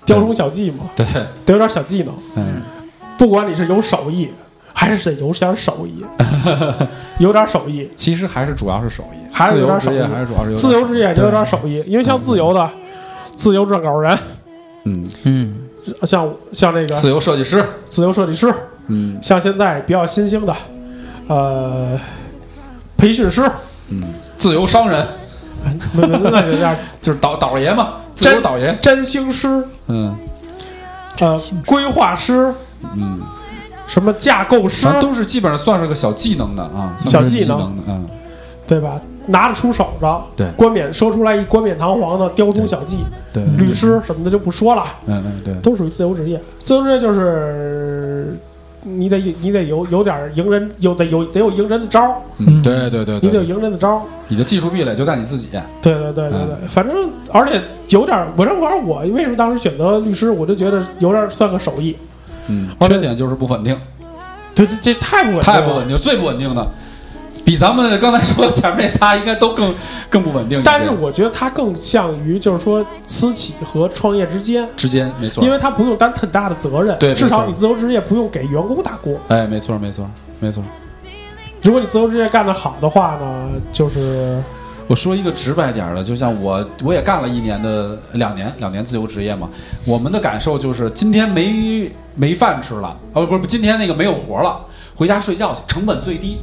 H: 雕虫小技嘛，
I: 对，
H: 得有点小技能。
I: 嗯
H: 不管你是有手艺，还是得有点 手艺，有点手艺。
I: 其实还是主要是手艺，
H: 还是
I: 自
H: 有
I: 由
H: 点
I: 职业
H: 手艺
I: 还是主要是有
H: 自由职业就有点
J: 对
H: 手艺，因为像自由的，自由撰稿人，
I: 嗯，
J: 嗯
H: 像像那
I: 自
H: 个
I: 由设计师，
H: 自由设计师，
I: 嗯
H: 像现在比较新兴的，呃，培训师，
I: 嗯，自由商人
H: 那那那那那
I: 就是倒倒爷嘛，自由导演、
H: 占星师，
I: 嗯，
H: 呃，规划师，
I: 嗯，
H: 什么架构师
I: 反，正都是基本上算是个小技能的啊，
H: 小
I: 算是
H: 技能
I: 能的，嗯，
H: 对吧？拿得出手的，
I: 对
H: 冠冕说出来一冠冕堂皇的雕虫小技，
I: 对，
H: 律师什么的就不说了，
I: 嗯嗯对，
H: 都属于自由职业。自由职业就是你得你得有有点迎人，有得有得有迎人的招儿，
I: 嗯对对对
H: 你得有
I: 对，
H: 迎人的招儿。
I: 你的技术壁垒就在你自己，
H: 对对对对
I: 嗯
H: 对，反正而且有点，我这玩意儿我为什么当时选择律师，我就觉得有点算个手艺。
I: 嗯，
H: 而且
I: 缺点就是不稳定，
H: 对，这这太不稳定了，
I: 太不稳定，最不稳定的，比咱们刚才说的前面那仨应该都更更不稳定一些。
H: 但是我觉得它更像于就是说私企和创业之间，
I: 之间没错，
H: 因为它不用担很大的责任，
I: 对没错
H: 至少你自由职业不用给员工打锅。
I: 哎，没错没错没错。
H: 如果你自由职业干得好的话呢，就是
I: 我说一个直白点儿的，就像我我也干了一年的两年两年自由职业嘛，我们的感受就是今天没没饭吃了，哦不是今天那个没有活了，回家睡觉去，成本最低，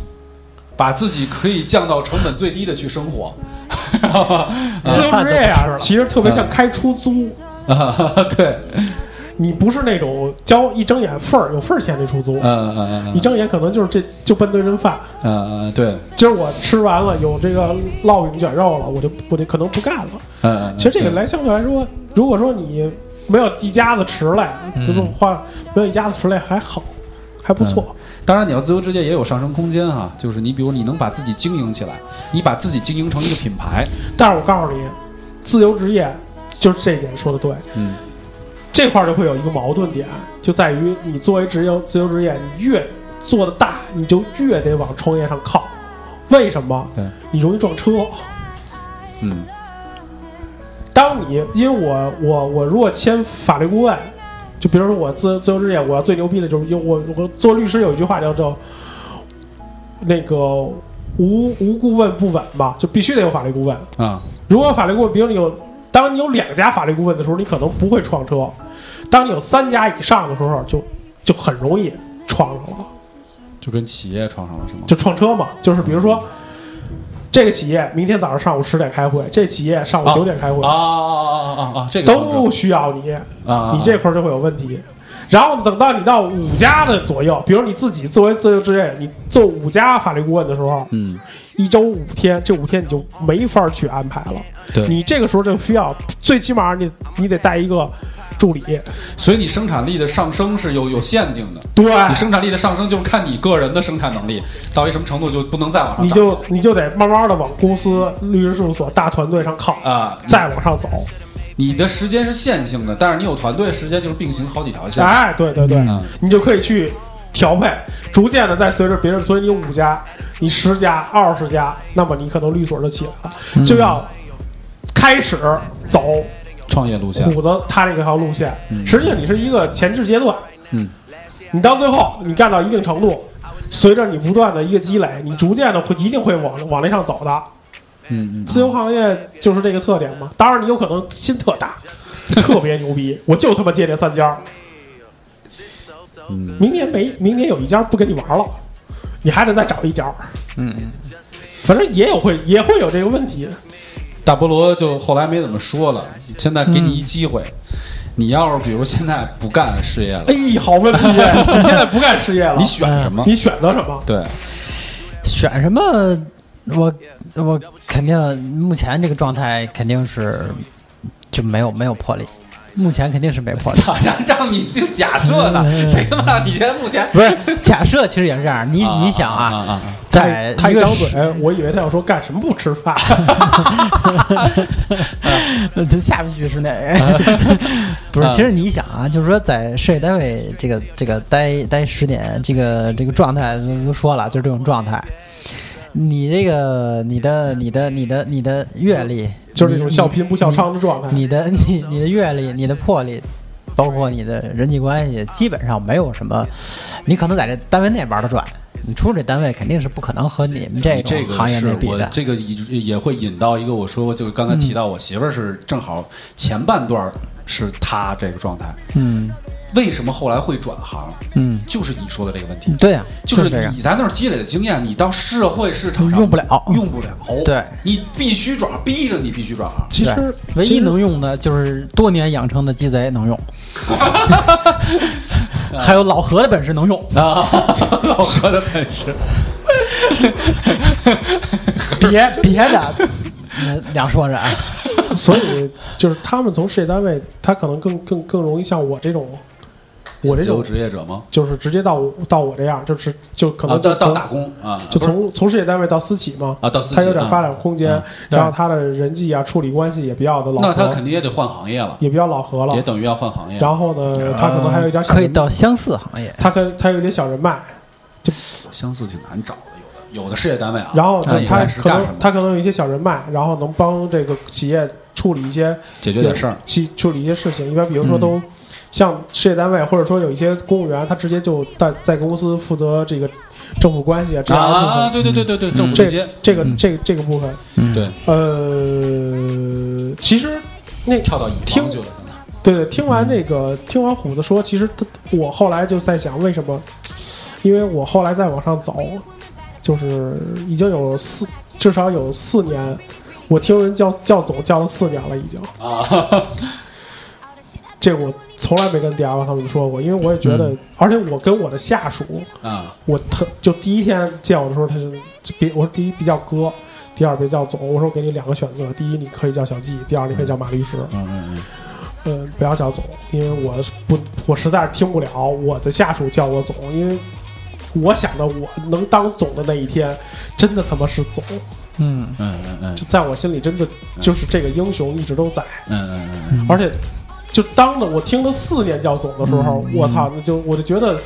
I: 把自己可以降到成本最低的去生活。
H: 自由职业
J: 啊饭都不吃
H: 呀、
J: 了嗯
H: 其实特别像开出租，
I: 啊，对，
H: 你不是那种交一睁眼份儿有份儿钱的出租
I: 嗯，嗯
H: 一睁眼可能就是这就奔顿顿饭。
I: 嗯嗯，对，
H: 今儿我吃完了有这个烙饼卷肉了，我就我就可能不干了。
I: 嗯，
H: 其实这个来相对来说，如果说你没有一家子吃来，
J: 嗯
H: 这么话没有一家子吃来还好，还不错。
I: 当然，你要自由职业也有上升空间啊，就是你比如你能把自己经营起来，你把自己经营成一个品牌，
J: 嗯
H: 但是我告诉你，自由职业就是这一点说的对，
I: 嗯
H: 这块儿就会有一个矛盾点，就在于你作为职业自由职业，你越做的大，你就越得往创业上靠。为什么？
I: 对
H: 你容易撞车。
I: 嗯
H: 当你因为我我我如果签法律顾问，就比如说我自自由职业，我最牛逼的就是因为我我做律师有一句话叫做那个无无顾问不稳嘛，就必须得有法律顾问。
I: 啊，
H: 如果法律顾问，比如你有当你有两家法律顾问的时候，你可能不会撞车；当你有三家以上的时候，就就很容易撞上了。
I: 就跟企业创上了是吗？
H: 就撞车嘛，就是比如说，这个企业明天早上上午十点开会，这企业上午
I: 啊
H: 九点开会，
I: 啊啊啊啊啊！这个
H: 都需要你，
I: 啊，
H: 你这块儿就会有问题。然后等到你到五家的左右，比如你自己作为自由职业，你做五家法律顾问的时候，
I: 嗯，
H: 一周五天，这五天你就没法去安排了。
I: 对
H: 你这个时候就需要，最起码你你得带一个助理，
I: 所以你生产力的上升是有有限定的。
H: 对，
I: 你生产力的上升就是看你个人的生产能力到一什么程度就不能再往上涨。
H: 你就你就得慢慢的往公司、律师事务所、大团队上靠，
I: 啊，
H: 再往上走。
I: 你的时间是线性的，但是你有团队时间就是并行好几条线。
H: 哎，对对对，
I: 嗯
H: 你就可以去调配，逐渐的再随着别人，所以你五家、你十家、二十家，那么你可能律所就起来
I: 嗯
H: 了，就要开始走
I: 创业路线，
H: 虎子他这条路线。实际上你是一个前置阶段，
I: 嗯，
H: 你到最后你干到一定程度，随着你不断的一个积累，你逐渐的会一定会往往那上走的。
I: 嗯嗯，
H: 自由行业就是这个特点嘛。当然，你有可能心特大，特别牛逼， 我就他妈接这三家。
I: 嗯
H: 明年没，明年有一家不跟你玩了，你还得再找一家。
J: 嗯，
H: 反正也有会也会有这个问题。
I: 大菠萝就后来没怎么说了。现在给你一机会，你要是比如现在不干事业了，
H: 哎，好问题， 你现在不干事业了，
I: 你选什么？
H: 你选择什么？
I: 对，
J: 选什么？我我肯定目前这个状态肯定是就没有没有魄力，目前肯定是没 魄力。
I: 操，让让你就假设呢，谁他妈让你现在目前
J: 不是，假设其实也是这样，你你想
I: 啊
J: 啊，
I: 啊啊
J: 在
H: 他
J: 一
H: 一
J: 个
H: 张
J: 时
H: 嘴，我以为他要说干什么不吃饭，
J: 他下不去是哪？ 不是，其实你想啊，就是说在事业单位这个这个待待十年，这个这个状态都说了，就是这种状态。你这个你的你的你的你的阅历，
H: 就是那
J: 你
H: 种
J: 你
H: 笑贫不笑娼的状态。
J: 你的你你的阅历、你的魄力，包括你的人际关系，基本上没有什么，你可能在这单位内玩得转，你出这单位肯定是不可能和你们这
I: 这
J: 种
I: 个
J: 行业
I: 是
J: 内比
I: 我
J: 的。
I: 这个也也会引到一个我说，就是刚才
J: 嗯
I: 提到我媳妇儿是正好前半段儿是她这个状态，
J: 嗯，
I: 为什么后来会转行？
J: 嗯，
I: 就是你说的这个问题，
J: 对呀、
I: 就
J: 就是
I: 是
J: 这样
I: 你在那儿积累的经验，你到社会市场上
J: 用不了，
I: 用不了，
J: 对，
I: 你必须转，逼着你必须转行。
H: 其实
J: 对唯一能用的就是多年养成的鸡贼能用，还有老何的本事能用。
I: 啊， 老何的本事，
J: 别别的，呃两说着啊，
H: 所以就是他们从事业单位，他可能更更更容易像我这种，我这
I: 自由
H: 种
I: 职业者吗？
H: 就是直接到我到我这样，就是就可
I: 啊，
H: 能
I: 到
H: 就
I: 到
H: 从
I: 打工啊，
H: 就
I: 不是
H: 从从事业单位到私企嘛，
I: 啊到私企
H: 他有点发展空间
I: 嗯，
H: 然后他的人际啊、处理关系也比较的老
I: 那他
H: 合
I: 肯，定也得换行业了，
H: 也比较老合了
I: 也。啊等于要换行业。
H: 然后呢，他可能还有一点小
J: 呃可以
H: 人脉，
J: 到相似行业，
H: 他跟他有一点小人脉，
I: 相似挺难找的，有的有的事业单位啊，
H: 然后
I: 那
H: 呢
I: 你
H: 他
I: 看是
H: 可
I: 干什么
H: 能他可能有一些小人脉，然后能帮这个企业处理一些
I: 解决点事儿，嗯
H: 去处理一些事情。一般比如说都像事业单位，或者说有一些公务员，他直接就在在公司负责这个政府关系啊这样的部
I: 啊，
H: 分。
I: 对对对对对，政府
H: 这嗯
I: 对接，
H: 这个
J: 嗯
H: 这个这个部分，
I: 对，
H: 呃，其实那
I: 跳到乙
H: 听
I: 方去了。
H: 对对，听完那个，听完虎子说，其实他我后来就在想，为什么？因为我后来再往上走，就是已经有四，至少有四年，我听人叫叫总叫了四年了，已经。
I: 啊，哈哈
H: 这个我从来没跟迪亚他们说过，因为我也觉得，而且我跟我的下属，
I: 啊，
H: 我特就第一天见我的时候，他就别我说第一别叫哥，第二别叫总，我说我给你两个选择，第一你可以叫小季，第二你可以叫马律师。
I: 嗯嗯
H: 嗯，不要叫总，因为我不，我实在是听不了我的下属叫我总，因为我想的我能当总的那一天，真的他妈是总，
J: 嗯，
I: 嗯嗯嗯
H: 就在我心里真的就是这个英雄一直都在，
I: 嗯嗯嗯，
H: 而且就当着我听了四年叫总的时候，
J: 嗯
H: 我操，那就我就觉得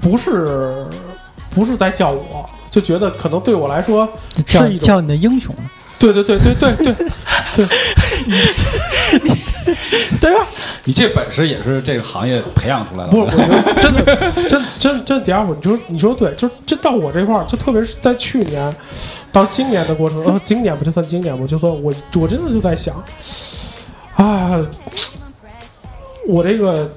H: 不是不是在叫我，就觉得可能对我来说
J: 叫
H: 是一种
J: 叫你的英雄，
H: 对对对对 对对，
J: 对吧？
I: 你这本事也是这个行业培养出来的，
H: 不是，我觉得真的，真真真第二回，你说你说对，就是这到我这块儿，就特别是在去年到今年的过程，呃，今年不就算今年吧，就算我我真的就在想，啊，我这个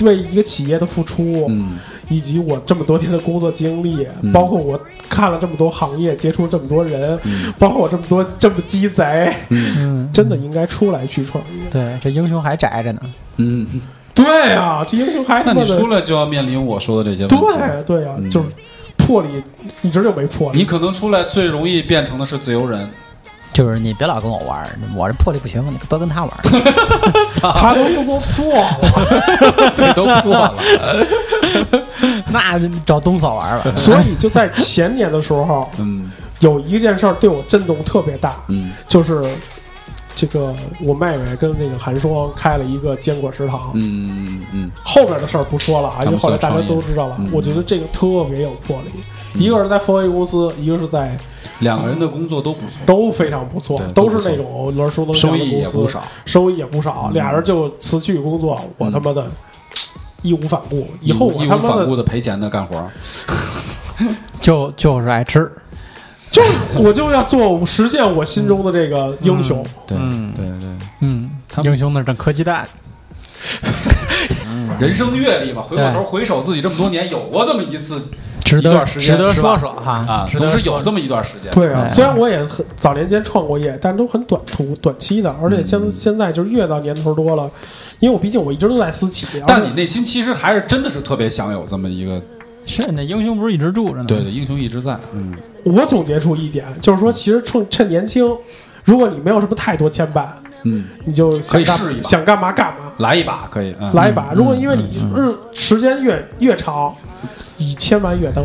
H: 为一个企业的付出，
I: 嗯
H: 以及我这么多年的工作经历，
I: 嗯
H: 包括我看了这么多行业，接触这么多人，
I: 嗯
H: 包括我这么多这么鸡贼，
I: 嗯
J: 嗯，
H: 真的应该出来去创业。
J: 对，这英雄还宅着呢。
I: 嗯，
H: 对啊，这英雄还
I: 那
H: 他妈
I: 你
H: 的
I: 出来就要面临我说的这些问题，
H: 对对啊，
I: 嗯
H: 就是魄力一直就没魄力。
I: 你可能出来最容易变成的是自由人，
J: 就是你别老跟我玩儿，我这魄力不行，你多跟他玩儿。
H: 他都都都破 了，
I: 这都破了，
J: 那找东嫂玩儿吧。
H: 所以就在前年的时候，
I: 嗯
H: 有一件事儿对我震动特别大，
I: 嗯
H: 就是这个我妹妹跟那个韩霜开了一个坚果食堂。
I: 嗯嗯
H: 后边的事儿不说了啊，
I: 他们
H: 因为后来大
I: 算
H: 家
I: 创业
H: 都知道了
I: 嗯。
H: 我觉得这个特别有魄力，一个是在 4A 公司，一个是在
I: 嗯，两个人的工作都不错，
H: 都非常不错
I: 对，
H: 都
I: 都不
H: 是
I: 错
H: 那种轮熟能
I: 收
H: 干的
I: 益也
H: 公
I: 不
H: 司
I: 少，
H: 收益也不少，俩人就辞去工作，我
I: 嗯
H: 他妈的义无反顾，以后我
I: 义
H: 他
I: 无
H: 妈
I: 反顾的
H: 的
I: 赔钱的干活儿，
J: 就就是爱吃，
H: 就我就要做实现我心中的这个英雄。
I: 对
J: 嗯
I: 对对，
J: 嗯
I: 他，们
J: 英雄那儿正磕鸡蛋，
H: 嗯
I: 人生阅历嘛，回过
J: 对
I: 头回首自己这么多年，有过这么一次
J: 值
I: 一
J: 得
I: 段时
J: 值
I: 间
J: 得
I: 是吧
J: 说说哈
I: 啊，
J: 值
I: 总
J: 得
I: 是有
J: 说
I: 这么一段时间，
H: 对啊，
J: 哎
H: 虽然我也很早年间创过业，但都很短途、短期的，而且现
I: 嗯
H: 现在就是越到年头多了，因为我毕竟我一直都在私企，
I: 但
H: 而
I: 你
H: 且
I: 内心其实还是真的是特别想有这么一个，
J: 是那英雄不是一直住着呢？
I: 对对，英雄一直在，嗯，
H: 我总结出一点，就是说，其实趁趁年轻，如果你没有什么太多牵绊，
I: 嗯，
H: 你就
I: 可
H: 想
I: 以
H: 干
I: 试一把
H: 想干嘛干嘛。
I: 来一把可以，嗯、
H: 来一把。
I: 嗯
H: 如果因为你日时间越越长，你千万越多。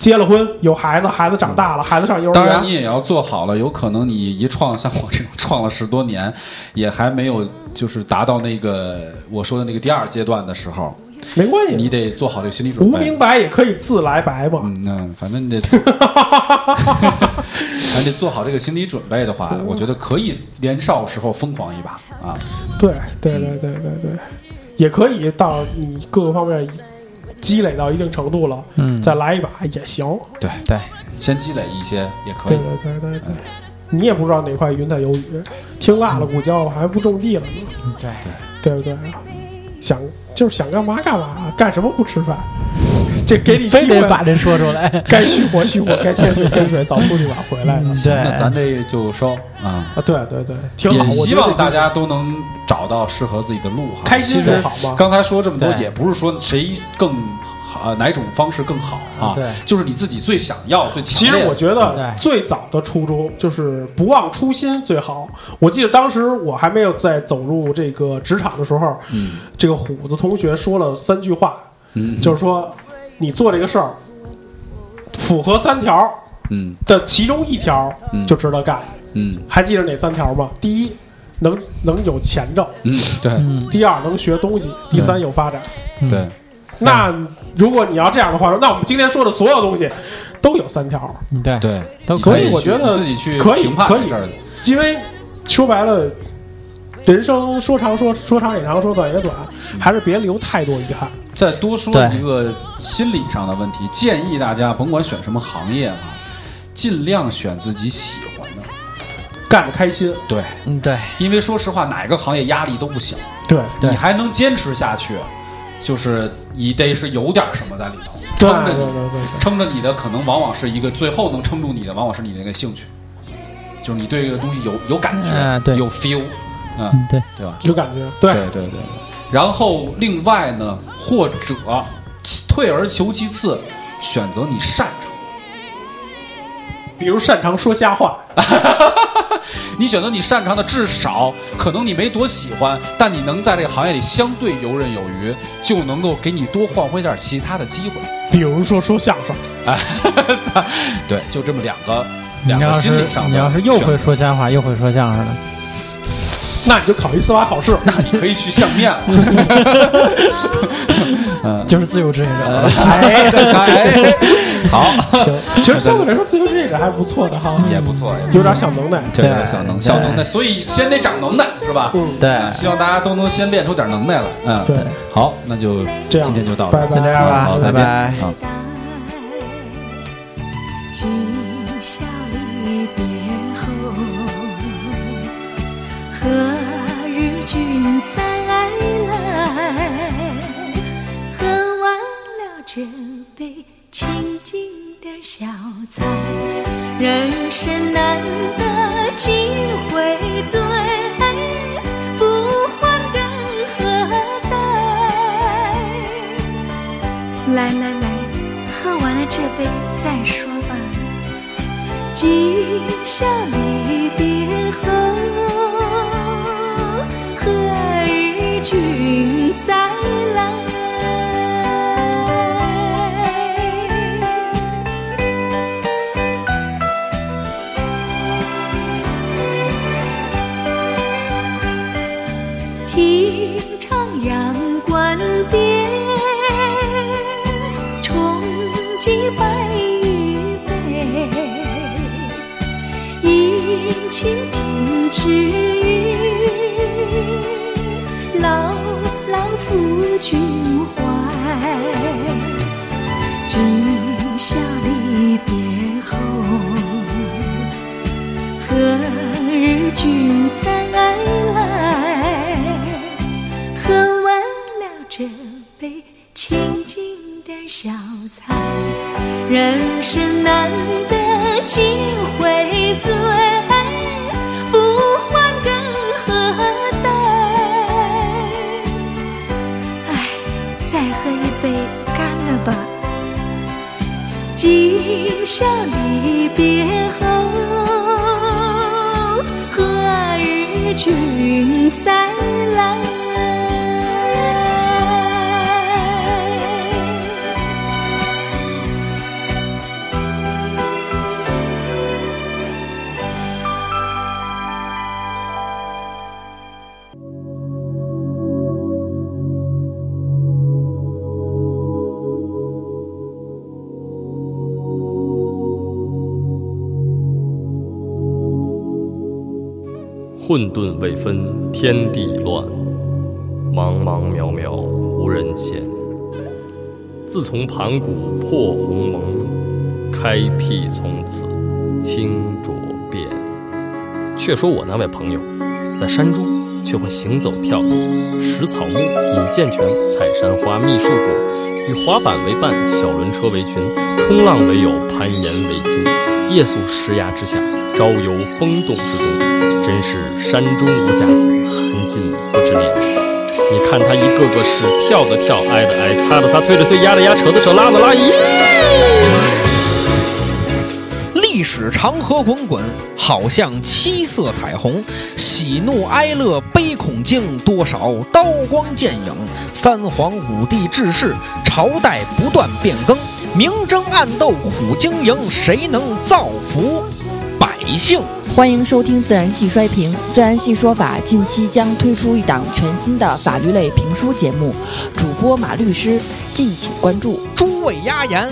H: 结了婚，有孩子，孩子长大了，孩子上幼
I: 当
H: 儿
J: 啊
I: 然，你
H: 园，
I: 也要做好了。有可能你一创，像我这种创了十多年，也还没有就是达到那个我说的那个第二阶段的时候，
H: 没关系，
I: 你得做好这个心理准
H: 无名
I: 备。
H: 白也可以自来白嘛。
I: 嗯，那反正你得， 反嗯正得做好这个心理准备的
J: 啊
I: 话，我觉得可以年少时候疯狂一把啊。
H: 对对对对对对，也可以到你各个方面积累到一定程度了，
J: 嗯
H: 再来一把也行。
I: 对，
J: 对，
I: 先积累一些也可
H: 对哎
I: 以。
H: 对对对对，你也不知道哪块云彩有雨，听辣了鼓叫还不种地了呢。
J: 对，
H: 对不对？想就是想干嘛干嘛，干什么不吃饭？这 给你
J: 非
H: 机会，
J: 得把这说出来
H: 该嗯蓄火蓄火，该添水添水，早出去晚回来的。
J: 对，
I: 那咱这就收啊。
H: 啊，对对对，挺好。
I: 也
H: 我
I: 希
H: 觉得
I: 望
H: 这
I: 大家都能找到适合自己的路哈，
H: 开心
I: 其实
H: 就好嘛
I: 刚才说这么多，
J: 对
I: 也不是说谁更好，呃哪种方式更好啊，
J: 对
I: 就是你自己最想要、最
H: 其
I: 强
H: 实
I: 烈的。
H: 我觉得
J: 对
H: 最早的初衷就是不忘初心最好。我记得当时我还没有在走入这个职场的时候，这个虎子同学说了三句话，
I: 嗯
H: 就是说你做这个事儿符合三条
I: 嗯
H: 的其中一条
I: 嗯
H: 就值得干。
I: 嗯
H: 还记得哪三条吗？第一，能能有钱挣；
I: 嗯，对
J: 嗯，
H: 第二，能学东西；第三，有发展。
J: 嗯
I: 对，
H: 那如果你要这样的话说，那我们今天说的所有东西都有三条。
J: 嗯对，
I: 对，
J: 都
I: 你
J: 可
I: 自己
J: 以
I: 去
H: 我觉得
I: 自己去
H: 可以
I: 评判
H: 可
I: 这
H: 以
I: 事儿，
H: 因为说白了，人生说长说说长也长，说短也短，
I: 嗯
H: 还是别留太多遗憾。
I: 再多说
J: 对
I: 一个心理上的问题，建议大家甭管选什么行业啊，尽量选自己喜欢的。
H: 干着开心，
I: 对，
J: 嗯对，
I: 因为说实话，哪个行业压力都不小，
H: 对
I: 你还能坚持下去，就是你得是有点什么在里头
H: 对
I: 撑着
H: 对对
I: 你。
H: 对对
I: 撑着你的可能往往是一个最后能撑住你的，往往是你的那个兴趣，就是你对这个东西有有感觉，
H: 哎
J: 啊对
I: 有 feel，嗯，
J: 嗯对，
I: 对吧？
H: 有感觉，对
I: 对对对。然后另外呢，或者退而求其次，选择你擅长。
H: 比如擅长说瞎话，
I: 你选择你擅长的，至少可能你没多喜欢，但你能在这个行业里相对游刃有余，就能够给你多换回点其他的机会。
H: 比如说说相声，
I: 哎， 对，就这么两个两
J: 你
I: 个
J: 要
I: 心
J: 是
I: 理上的
J: 你要是又
I: 选
J: 会
I: 择
J: 说瞎话又会说相声的，
H: 那你就考一司法考试。
I: 那你可以去相 面了。
J: 就是自由职业者，
I: 哎， 好，
H: 其实相对来说，自由职业者还不错的哈，
I: 也不错，也不错
H: 有点小能耐。
I: 这点小能
J: 对
I: 小能耐，所以先得长能耐，是吧？
H: 嗯，
J: 对，
I: 希望大家都能先练出点能耐来。嗯，
H: 对，
I: 好，那就
H: 这样
I: 今天就到这
H: 拜
I: 儿，
H: 拜，
J: 这样吧
I: 好，再
J: 拜
I: 见
J: 拜
I: 好。
K: 今宵离别后，何日君再来？喝完了这杯清静的小菜，人生难得几回醉，不欢更何待？来来来，喝完了这杯再说吧。今宵离别后，何日君再来？听唱阳关叠，重寄白玉杯，殷勤品质玉，牢牢抚君怀。今宵离别后，何日君再来？喝完了这杯清静的小菜，人生难得几回醉，不欢更何待？唉，再喝一杯，干了吧。今宵离别后，何日君再来？
L: 混沌未分天地乱，茫茫渺渺无人见。自从盘古破鸿蒙，开辟从此清浊变。却说我那位朋友，在山中
H: 却会行走跳跃。食草木，饮涧泉，采山花，觅树果，与滑板为伴，小轮车为群，冲浪为友，攀岩为亲。夜宿石崖之下，朝游风洞之中，真是山中无甲子，寒尽不知眠。你看他一个个是跳的跳，挨的挨，擦的擦，推的推，压的压，扯的扯，拉的拉，咦！
J: 历史长河滚滚，好像七色彩虹。喜怒哀乐悲恐惊，多少刀光剑影。三皇五帝治世，朝代不断变更。明争暗斗苦经营，谁能造福百姓？
K: 欢迎收听《自然系衰评》。《自然系说法》近期将推出一档全新的法律类评书节目，主播马律师，敬请关注。
J: 诸位压言。